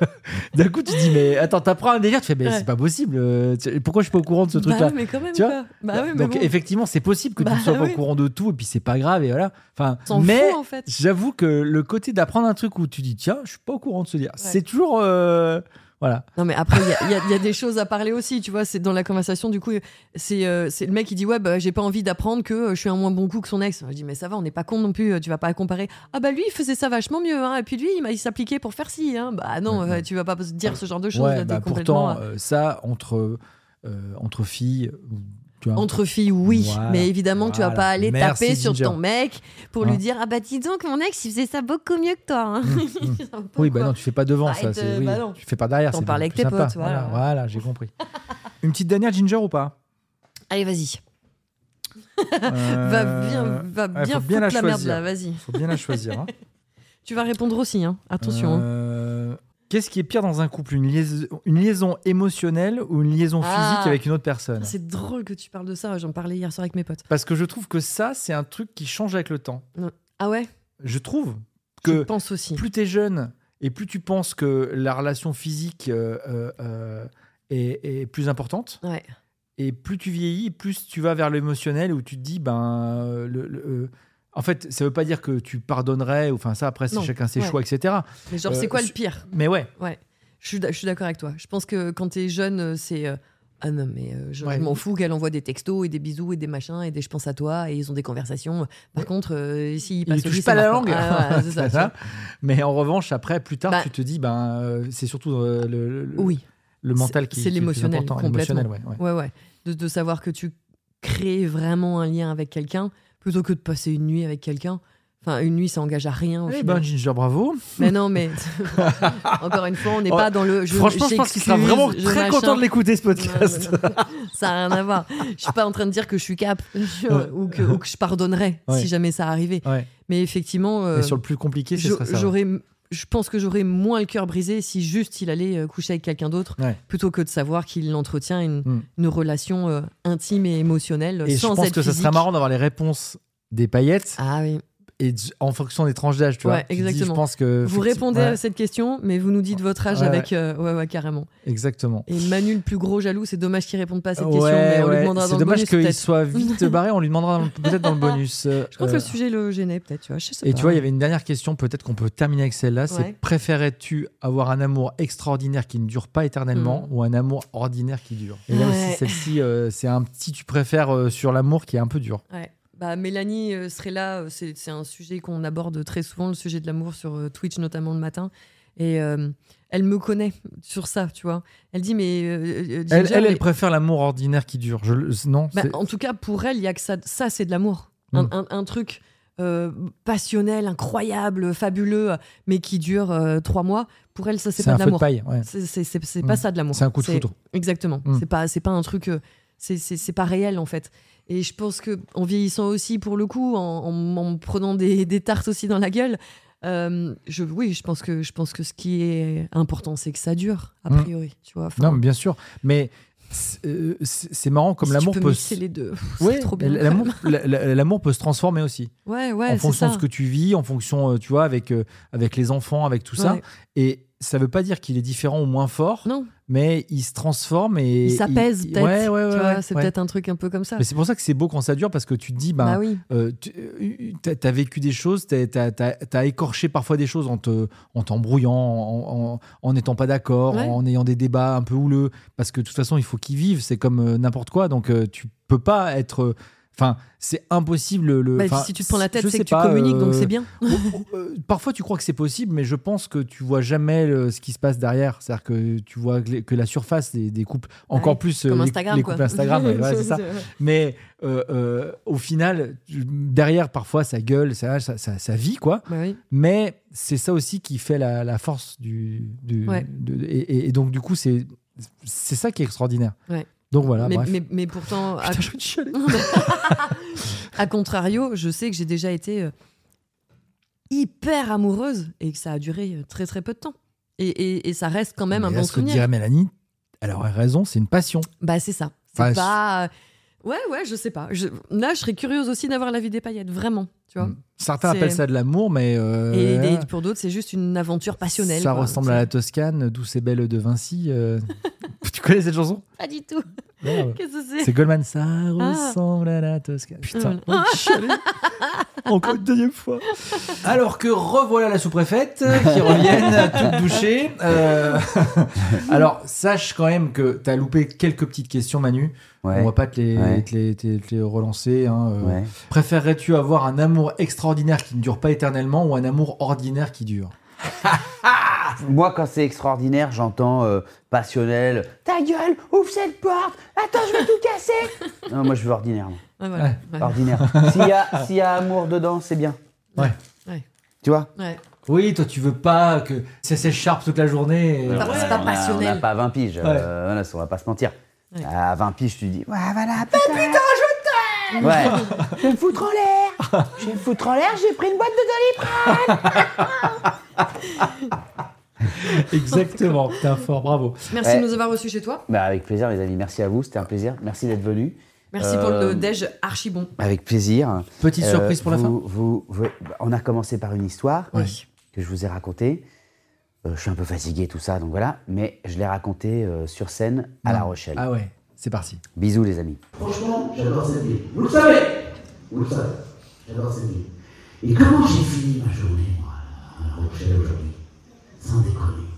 [SPEAKER 2] D'un coup, tu dis, mais attends, t'apprends un délire, tu fais, mais
[SPEAKER 1] Ouais.
[SPEAKER 2] c'est pas possible. euh, tu- pourquoi je suis pas au courant de ce truc-là
[SPEAKER 1] Bah, mais quand même
[SPEAKER 2] Tu vois
[SPEAKER 1] quoi. Bah oui, mais
[SPEAKER 2] Donc,
[SPEAKER 1] bon,
[SPEAKER 2] effectivement, c'est possible que tu
[SPEAKER 1] Bah
[SPEAKER 2] ne sois pas
[SPEAKER 1] oui.
[SPEAKER 2] au courant de tout, et puis c'est pas grave, et voilà. Enfin,
[SPEAKER 1] on s'en
[SPEAKER 2] mais.
[SPEAKER 1] fout en fait.
[SPEAKER 2] J'avoue que le côté d'apprendre un truc où tu dis tiens, je suis pas au courant de ce dire, c'est toujours euh, voilà.
[SPEAKER 1] Non, mais après, il y a- il y, a- il y a des choses à parler aussi, tu vois. C'est dans la conversation, du coup, c'est euh, c'est le mec qui dit Ouais, bah, j'ai pas envie d'apprendre que euh, je suis un moins bon coup que son ex. Je dis Mais ça va, on n'est pas con non plus, euh, tu vas pas comparer. Ah, bah lui, il faisait ça vachement mieux, hein. Et puis lui, il, m'a- il s'appliquait pour faire ci, hein. Bah non,
[SPEAKER 2] Ouais,
[SPEAKER 1] euh,
[SPEAKER 2] ouais.
[SPEAKER 1] tu vas pas dire ce genre de choses.
[SPEAKER 2] Ouais,
[SPEAKER 1] là, t'es
[SPEAKER 2] bah,
[SPEAKER 1] complètement,
[SPEAKER 2] pourtant, euh, ça, entre, euh, entre filles, ou- tu vois,
[SPEAKER 1] Entre filles, oui,
[SPEAKER 2] Voilà.
[SPEAKER 1] mais évidemment, tu vas
[SPEAKER 2] Voilà.
[SPEAKER 1] pas aller
[SPEAKER 2] Merci,
[SPEAKER 1] taper sur
[SPEAKER 2] Ginger.
[SPEAKER 1] ton mec pour
[SPEAKER 2] Hein.
[SPEAKER 1] lui dire Ah bah dis donc, mon ex, il faisait ça beaucoup mieux que toi. hein.
[SPEAKER 2] Mm, oui, bah non, tu fais pas devant,
[SPEAKER 1] Arrête
[SPEAKER 2] ça. c'est-
[SPEAKER 1] de-
[SPEAKER 2] Oui,
[SPEAKER 1] bah non.
[SPEAKER 2] Tu fais pas derrière.
[SPEAKER 1] T'en
[SPEAKER 2] c'est
[SPEAKER 1] parles
[SPEAKER 2] beaucoup
[SPEAKER 1] avec
[SPEAKER 2] plus
[SPEAKER 1] tes
[SPEAKER 2] sympa.
[SPEAKER 1] potes, voilà.
[SPEAKER 2] Voilà, voilà, j'ai compris. Une petite dernière, Ginger, ou pas
[SPEAKER 1] Allez, vas-y. Bah,
[SPEAKER 2] Euh,
[SPEAKER 1] Va bien, va
[SPEAKER 2] ouais,
[SPEAKER 1] bien
[SPEAKER 2] faut bien
[SPEAKER 1] foutre
[SPEAKER 2] la
[SPEAKER 1] la, merde
[SPEAKER 2] choisir.
[SPEAKER 1] là, vas-y.
[SPEAKER 2] Faut bien la choisir. hein.
[SPEAKER 1] Tu vas répondre aussi, hein. Attention. hein.
[SPEAKER 2] Euh, Qu'est-ce qui est pire dans un couple une liaison, une liaison émotionnelle ou une liaison physique
[SPEAKER 1] Ah.
[SPEAKER 2] avec une autre personne
[SPEAKER 1] C'est drôle que tu parles de ça, j'en parlais hier soir avec mes potes.
[SPEAKER 2] Parce que je trouve que ça, c'est un truc qui change avec le temps.
[SPEAKER 1] Ah ouais
[SPEAKER 2] Je trouve
[SPEAKER 1] Je
[SPEAKER 2] que
[SPEAKER 1] pense aussi.
[SPEAKER 2] plus tu es jeune et plus tu penses que la relation physique euh, euh, euh, est, est plus importante,
[SPEAKER 1] Ouais.
[SPEAKER 2] et plus tu vieillis, plus tu vas vers l'émotionnel où tu te dis, ben, euh, le- le- euh, en fait, ça veut pas dire que tu pardonnerais, ou enfin ça, après, c'est
[SPEAKER 1] Non,
[SPEAKER 2] chacun ses
[SPEAKER 1] ouais.
[SPEAKER 2] choix, etc.
[SPEAKER 1] Mais genre,
[SPEAKER 2] euh,
[SPEAKER 1] c'est quoi le
[SPEAKER 2] su-
[SPEAKER 1] pire
[SPEAKER 2] Mais ouais,
[SPEAKER 1] Je suis d'a- je suis d'accord avec toi. Je pense que quand t'es jeune, euh, c'est. euh, Ah non, mais euh, je, je
[SPEAKER 2] Ouais.
[SPEAKER 1] m'en fous qu'elle envoie des textos et des bisous et des machins et des je pense à toi et ils ont des conversations. Par contre, euh, s'ils
[SPEAKER 2] il
[SPEAKER 1] passent au
[SPEAKER 2] touche
[SPEAKER 1] lit,
[SPEAKER 2] pas
[SPEAKER 1] ça
[SPEAKER 2] la
[SPEAKER 1] marche
[SPEAKER 2] langue.
[SPEAKER 1] Ah, ouais, c'est
[SPEAKER 2] C'est
[SPEAKER 1] ça,
[SPEAKER 2] ça. Mais en revanche, après, plus tard,
[SPEAKER 1] Bah-
[SPEAKER 2] tu te dis, ben, euh, c'est surtout euh, le, le-
[SPEAKER 1] Oui,
[SPEAKER 2] le mental qui
[SPEAKER 1] c'est
[SPEAKER 2] qui est le plus
[SPEAKER 1] l'émotionnel,
[SPEAKER 2] important, hein,
[SPEAKER 1] complètement.
[SPEAKER 2] l'émotionnel, ouais, ouais.
[SPEAKER 1] ouais, ouais. De, de savoir que tu crées vraiment un lien avec quelqu'un plutôt que de passer une nuit avec quelqu'un. Enfin, une nuit, ça engage à rien. au
[SPEAKER 2] Eh
[SPEAKER 1] final.
[SPEAKER 2] ben, Ginger, bravo.
[SPEAKER 1] Mais non, mais encore une fois, on n'est
[SPEAKER 2] Oh,
[SPEAKER 1] pas dans le.
[SPEAKER 2] Franchement, je pense qu'il sera vraiment
[SPEAKER 1] j'excuse, je
[SPEAKER 2] très
[SPEAKER 1] machin.
[SPEAKER 2] content de l'écouter, ce
[SPEAKER 1] Non,
[SPEAKER 2] podcast.
[SPEAKER 1] non, non. Ça n'a rien à voir. Je suis pas en train de dire que je suis cap je-
[SPEAKER 2] Ouais.
[SPEAKER 1] ou, que, ou que je pardonnerais
[SPEAKER 2] Ouais.
[SPEAKER 1] si jamais ça arrivait.
[SPEAKER 2] Ouais.
[SPEAKER 1] Mais effectivement, euh,
[SPEAKER 2] Mais sur le plus compliqué, ce
[SPEAKER 1] j'a-
[SPEAKER 2] serait ça. hein.
[SPEAKER 1] j'aurais, je pense que j'aurais moins le cœur brisé si juste il allait euh, coucher avec quelqu'un d'autre
[SPEAKER 2] Ouais.
[SPEAKER 1] plutôt que de savoir qu'il entretient une,
[SPEAKER 2] Hmm.
[SPEAKER 1] une relation euh, intime et émotionnelle
[SPEAKER 2] Et je
[SPEAKER 1] sans
[SPEAKER 2] pense
[SPEAKER 1] être
[SPEAKER 2] que ça
[SPEAKER 1] physique.
[SPEAKER 2] serait marrant d'avoir les réponses des paillettes
[SPEAKER 1] Ah oui.
[SPEAKER 2] et d- en fonction des tranches d'âge, tu vois.
[SPEAKER 1] Ouais,
[SPEAKER 2] Tu te dis, je
[SPEAKER 1] exactement.
[SPEAKER 2] pense que
[SPEAKER 1] Vous répondez
[SPEAKER 2] Euh, Ouais,
[SPEAKER 1] à cette question, mais vous nous dites votre âge
[SPEAKER 2] Ouais,
[SPEAKER 1] avec. euh, ouais, ouais, carrément.
[SPEAKER 2] exactement.
[SPEAKER 1] Et Manu, le plus gros jaloux, c'est dommage qu'il réponde pas à cette
[SPEAKER 2] Ouais,
[SPEAKER 1] question, mais on
[SPEAKER 2] ouais.
[SPEAKER 1] lui demandera
[SPEAKER 2] C'est
[SPEAKER 1] dans le
[SPEAKER 2] dommage
[SPEAKER 1] bonus.
[SPEAKER 2] qu'il
[SPEAKER 1] peut-être.
[SPEAKER 2] soit vite barré, on lui demandera dans- peut-être dans le bonus. euh,
[SPEAKER 1] Je crois que
[SPEAKER 2] euh,
[SPEAKER 1] le sujet le gênait peut-être, tu vois. Je sais
[SPEAKER 2] Et
[SPEAKER 1] pas.
[SPEAKER 2] tu vois, il y avait une dernière question, peut-être qu'on peut terminer avec celle-là. C'est
[SPEAKER 1] Ouais.
[SPEAKER 2] préférais-tu avoir un amour extraordinaire qui ne dure pas
[SPEAKER 1] Mm.
[SPEAKER 2] éternellement ou un amour ordinaire qui dure Et là
[SPEAKER 1] Ouais.
[SPEAKER 2] aussi, celle-ci, euh, c'est un petit tu préfères euh, sur l'amour qui est un peu dur.
[SPEAKER 1] Ouais. Bah, Mélanie euh, serait là. euh, C'est c'est un sujet qu'on aborde très souvent, le sujet de l'amour sur euh, Twitch, notamment le matin. Et euh, elle me connaît sur ça, tu vois. Elle dit, mais. euh, euh, Ginger,
[SPEAKER 2] Elle, elle, elle
[SPEAKER 1] mais-
[SPEAKER 2] préfère l'amour ordinaire qui dure. Je, le- non
[SPEAKER 1] Bah,
[SPEAKER 2] c'est-
[SPEAKER 1] en tout cas, pour elle, il y a que ça. Ça, c'est de l'amour. Un,
[SPEAKER 2] Mm.
[SPEAKER 1] un- un truc euh, passionnel, incroyable, fabuleux, mais qui dure euh, trois mois. Pour elle, ça, c'est
[SPEAKER 2] C'est
[SPEAKER 1] pas
[SPEAKER 2] un
[SPEAKER 1] de
[SPEAKER 2] feu de
[SPEAKER 1] l'amour.
[SPEAKER 2] paille. ouais.
[SPEAKER 1] C'est- C'est c'est- c'est
[SPEAKER 2] Mm.
[SPEAKER 1] pas ça de l'amour.
[SPEAKER 2] C'est un coup de foudre.
[SPEAKER 1] Exactement.
[SPEAKER 2] Mm.
[SPEAKER 1] C'est pas c'est pas un truc. euh, c'est- C'est c'est pas réel en fait. Et je pense que en vieillissant aussi pour le coup, en, en- en me prenant des, des tartes aussi dans la gueule, euh, je oui, je pense que je pense que ce qui est important, c'est que ça dure a
[SPEAKER 2] Mm.
[SPEAKER 1] priori. Tu vois. Enfin,
[SPEAKER 2] Non, mais bien sûr. Mais c'est euh, c'est- c'est marrant comme
[SPEAKER 1] si
[SPEAKER 2] l'amour
[SPEAKER 1] tu peux,
[SPEAKER 2] peut.
[SPEAKER 1] mixer
[SPEAKER 2] se-
[SPEAKER 1] les deux.
[SPEAKER 2] Ouais,
[SPEAKER 1] c'est trop bien.
[SPEAKER 2] l'amour- la- la- l'amour peut se transformer aussi
[SPEAKER 1] Ouais ouais.
[SPEAKER 2] en
[SPEAKER 1] c'est
[SPEAKER 2] fonction
[SPEAKER 1] ça.
[SPEAKER 2] de ce que tu vis, en fonction, euh, tu vois, avec, euh, avec les enfants, avec tout ça.
[SPEAKER 1] Ouais.
[SPEAKER 2] Et ça veut pas dire qu'il est différent ou moins fort,
[SPEAKER 1] Non,
[SPEAKER 2] mais il se transforme et.
[SPEAKER 1] il s'apaise
[SPEAKER 2] il-
[SPEAKER 1] peut-être.
[SPEAKER 2] Ouais, ouais, ouais,
[SPEAKER 1] tu vois,
[SPEAKER 2] ouais,
[SPEAKER 1] c'est
[SPEAKER 2] ouais.
[SPEAKER 1] peut-être un truc un peu comme ça.
[SPEAKER 2] Mais c'est pour ça que c'est beau quand ça dure parce que tu te dis, ben,
[SPEAKER 1] bah oui.
[SPEAKER 2] euh, tu- euh, t'as t'as vécu des choses, t'as t'as- t'as- t'as écorché parfois des choses en te- en t'embrouillant, en- en en n'étant pas d'accord,
[SPEAKER 1] Ouais.
[SPEAKER 2] en ayant des débats un peu houleux, parce que de toute façon, il faut qu'ils vivent, c'est comme euh, n'importe quoi, donc euh, tu peux pas être... euh, Enfin, c'est impossible. Le,
[SPEAKER 1] Bah,
[SPEAKER 2] enfin,
[SPEAKER 1] si tu te prends la tête,
[SPEAKER 2] je
[SPEAKER 1] c'est
[SPEAKER 2] sais
[SPEAKER 1] que tu
[SPEAKER 2] pas,
[SPEAKER 1] communiques, donc
[SPEAKER 2] euh,
[SPEAKER 1] c'est bien.
[SPEAKER 2] euh, parfois, tu crois que c'est possible, mais je pense que tu vois jamais le- ce qui se passe derrière. C'est-à-dire que tu vois que, les- que la surface des, des couples, encore
[SPEAKER 1] ouais,
[SPEAKER 2] plus euh,
[SPEAKER 1] Ah Comme
[SPEAKER 2] les,
[SPEAKER 1] Instagram
[SPEAKER 2] les
[SPEAKER 1] quoi.
[SPEAKER 2] couples Instagram, ouais, ouais, c'est ça. Mais euh, euh, au final, tu- derrière, parfois, ça gueule, ça, ça, ça, ça vit, quoi.
[SPEAKER 1] Bah oui.
[SPEAKER 2] Mais c'est ça aussi qui fait la, la force du. du-
[SPEAKER 1] Ouais.
[SPEAKER 2] de- et, et- et donc, du coup, c'est c'est ça qui est extraordinaire.
[SPEAKER 1] Ouais.
[SPEAKER 2] Donc voilà,
[SPEAKER 1] mais,
[SPEAKER 2] bref.
[SPEAKER 1] mais- mais pourtant, à-
[SPEAKER 2] Putain, je vais te chialer.
[SPEAKER 1] A contrario, je sais que j'ai déjà été euh, hyper amoureuse et que ça a duré euh, très très peu de temps. Et, et- et ça reste quand même
[SPEAKER 2] Mais
[SPEAKER 1] un
[SPEAKER 2] là,
[SPEAKER 1] bon
[SPEAKER 2] ce que
[SPEAKER 1] souvenir.
[SPEAKER 2] dirait Mélanie, elle aurait raison, c'est une passion.
[SPEAKER 1] Bah c'est ça. C'est
[SPEAKER 2] Enfin,
[SPEAKER 1] pas. euh, Ouais ouais, je sais pas. Je- Là, je serais curieuse aussi d'avoir la vie des paillettes, vraiment. Tu vois.
[SPEAKER 2] Mm. Certains
[SPEAKER 1] C'est-
[SPEAKER 2] appellent ça de l'amour, mais. euh,
[SPEAKER 1] Et, et
[SPEAKER 2] voilà.
[SPEAKER 1] pour d'autres, c'est juste une aventure passionnelle.
[SPEAKER 2] Ça
[SPEAKER 1] quoi.
[SPEAKER 2] ressemble
[SPEAKER 1] C'est-
[SPEAKER 2] à la Toscane, Douce et Belle de Vinci. euh. tu connais cette chanson
[SPEAKER 1] Pas du tout.
[SPEAKER 2] Ouais, ouais.
[SPEAKER 1] Qu'est-ce que c'est
[SPEAKER 2] C'est Goldman. Ça
[SPEAKER 1] Ah.
[SPEAKER 2] ressemble à la Toscane.
[SPEAKER 3] Ah.
[SPEAKER 2] Putain,
[SPEAKER 3] Mm.
[SPEAKER 1] Voilà.
[SPEAKER 2] on est chialé. Encore une deuxième fois. Alors que revoilà la sous-préfète euh, qui revienne toute douchée. Euh, Alors, sache quand même que t'as loupé quelques petites questions, Manu.
[SPEAKER 3] Ouais.
[SPEAKER 2] On va pas te les,
[SPEAKER 3] Ouais.
[SPEAKER 2] te les- te- te les relancer. hein, euh.
[SPEAKER 3] Ouais.
[SPEAKER 2] Préférerais-tu avoir un amour extraordinaire qui ne dure pas éternellement ou un amour ordinaire qui dure
[SPEAKER 3] Moi, quand c'est extraordinaire, j'entends euh, passionnel. Ta gueule, ouvre cette porte. Attends, je vais tout casser. non, moi, je veux ordinaire. moi.
[SPEAKER 1] Ouais, voilà. Ouais.
[SPEAKER 3] Ordinaire. S'il y, a- s'il y a amour dedans, c'est bien.
[SPEAKER 2] Ouais.
[SPEAKER 1] Ouais.
[SPEAKER 3] Tu vois
[SPEAKER 1] Ouais.
[SPEAKER 2] Oui, toi, tu veux pas que ça s'écharpe toute la journée. et-
[SPEAKER 1] Ouais.
[SPEAKER 3] Alors,
[SPEAKER 1] c'est
[SPEAKER 3] on
[SPEAKER 1] pas
[SPEAKER 3] a-
[SPEAKER 1] passionnel.
[SPEAKER 3] On n'a pas 20 piges. euh,
[SPEAKER 2] Ouais.
[SPEAKER 3] voilà, ça, on va pas se mentir.
[SPEAKER 1] Ouais.
[SPEAKER 3] À 20 piges, tu dis Ouais, voilà, putain, je t'aime Ouais. je vais me foutre en l'air. Je vais me foutre en l'air, j'ai pris une boîte de
[SPEAKER 2] Exactement, t'es un fort, bravo.
[SPEAKER 1] Merci
[SPEAKER 3] Ouais.
[SPEAKER 1] de nous avoir reçus chez toi.
[SPEAKER 3] Dolly. Bah, avec plaisir, les amis. Merci à vous. C'était un plaisir. Merci d'être venus.
[SPEAKER 1] Merci pour
[SPEAKER 3] Euh,
[SPEAKER 1] le déj archi bon.
[SPEAKER 3] Avec plaisir.
[SPEAKER 2] Petite
[SPEAKER 3] Euh,
[SPEAKER 2] surprise pour la fin
[SPEAKER 3] vous- vous- vous- bah, on a commencé par une histoire que je vous ai racontée. Euh, je suis un peu fatigué, tout ça, donc voilà. Mais je l'ai racontée euh, sur scène à La Rochelle.
[SPEAKER 2] Ah ouais, c'est parti.
[SPEAKER 3] Bisous, les amis.
[SPEAKER 6] Franchement, j'adore cette vie. Vous le savez Vous le savez. J'adore cette vie. Et comment j'ai fini ma journée, moi, à La Rochelle aujourd'hui Sans déconner.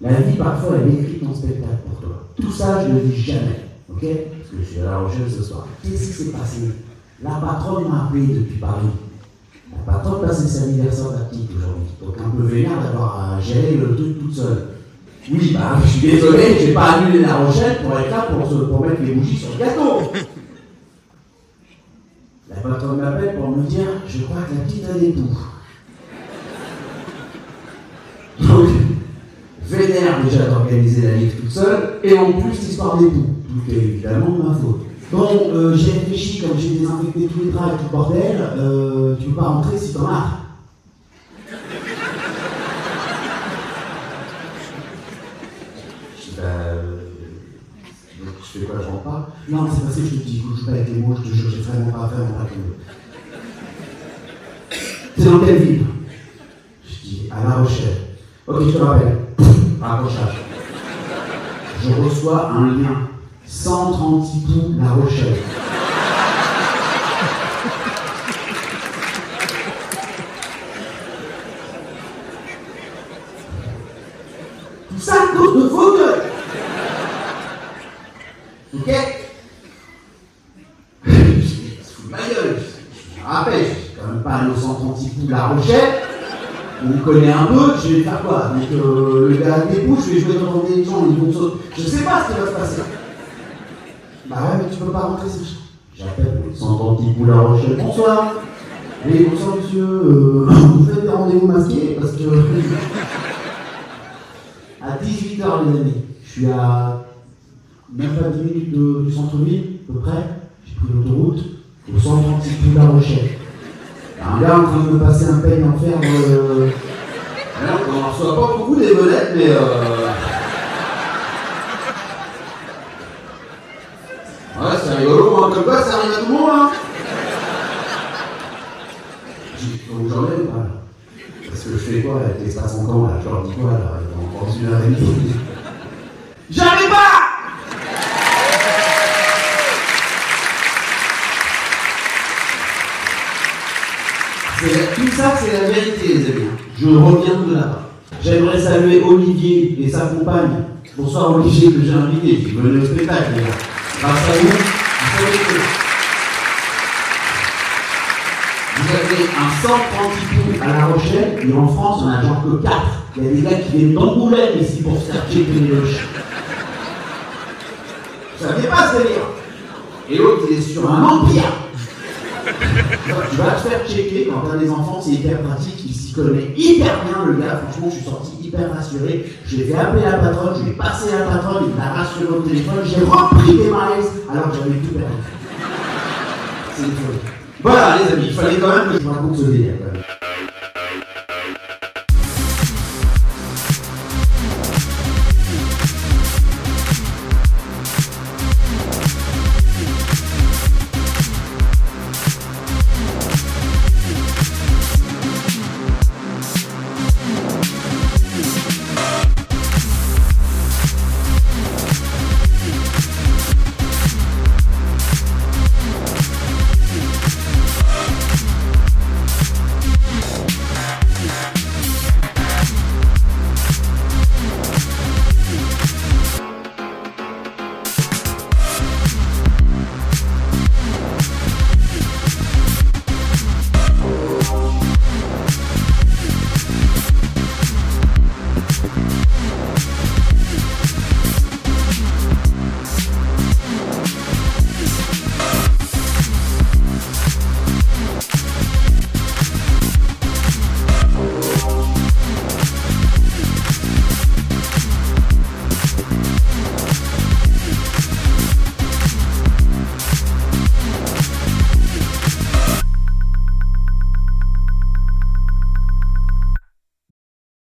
[SPEAKER 6] La vie, parfois, elle écrit ton spectacle pour toi. Tout ça, je ne le dis jamais. OK Parce que je suis à La Rochelle ce soir. Qu'est-ce qui s'est passé La patronne m'a appelé depuis Paris. La patronne, là, c'est l'anniversaire de la petite aujourd'hui. Donc, un peu vénère d'avoir à gérer le truc toute seule. Oui, bah, je suis désolé, j'ai pas annulé La Rochelle pour être là pour, se, pour mettre les bougies sur le gâteau. La patronne m'appelle pour me dire Je crois que la petite a des poux. m'énerve déjà d'organiser la ligue toute seule, et en plus l'histoire des poux. Tout est évidemment de ma faute. Bon, euh, j'ai réfléchi, comme j'ai désinfecté tous les draps et tout le bordel, euh, tu peux pas rentrer si t'en as. Je dis, bah, euh, donc je fais quoi, je rentre pas Non, mais c'est parce que je te dis, écoute, je joue pas avec les mots, je te jure, j'ai vraiment pas vraiment pas avec les mots. C'est dans quelle ville Je dis, à La Rochelle. Ok, je te rappelle. Raccrochage. Je reçois un lien. 130 hiboux La Rochelle. Tout ça à cause de vos gueules. Ok Je dis, Sous ma gueule, je me rappelle, je suis quand même pas innocent anti-coup de la Rochelle. On me connaît un peu, je vais faire quoi Donc euh, le gars des bouches, je vais jouer devant des gens, ils vont sauter. Je sais pas ce qui va se passer. Bah ouais, mais tu peux pas rentrer, c'est chiant. J'appelle le centre anti-coup la Rochelle. Bonsoir Oui, bonsoir monsieur, euh, vous faites des rendez-vous masqués parce que. À 18h, les amis, je suis à même pas 10 minutes de- du centre-ville, à peu près. J'ai pris l'autoroute au centre antique de La Rochelle. Alors là, en train de me passer un peigne en fer. Euh... Alors, on en reçoit pas beaucoup des vedettes, mais. Euh... Ouais, c'est rigolo, hein. comme quoi ça arrive à tout le monde. Hein. J'ai dit, faut que j'enlève ou pas là parce que je fais quoi avec l'espace en camp là Je leur dis quoi là Dans une heure et demie J'arrive pas C'est la- Tout ça, c'est la vérité, les amis. Je reviens de là-bas. J'aimerais saluer Olivier et sa compagne. Bonsoir Olivier que j'ai invité. Je venais au spectacle, les gars. Grâce à vous, vous savez que- vous avez un centre anti à La Rochelle, et en France, on a genre que 4. Il y a des gars qui viennent d'Angoulême ici pour se faire checker les loches. Vous saviez pas ce délire Et l'autre, il est sur un empire Donc, Tu vas te faire checker quand t'as des enfants, c'est hyper pratique, il s'y connaît hyper bien le gars, franchement, je suis sorti hyper rassuré. Je l'ai fait appeler la patronne, je lui ai passé la patronne, il m'a rassuré au téléphone, j'ai repris des malaises alors que j'avais tout perdu. C'est une folie. Voilà, les amis, il fallait quand même que je vous raconte ce délire. quand même.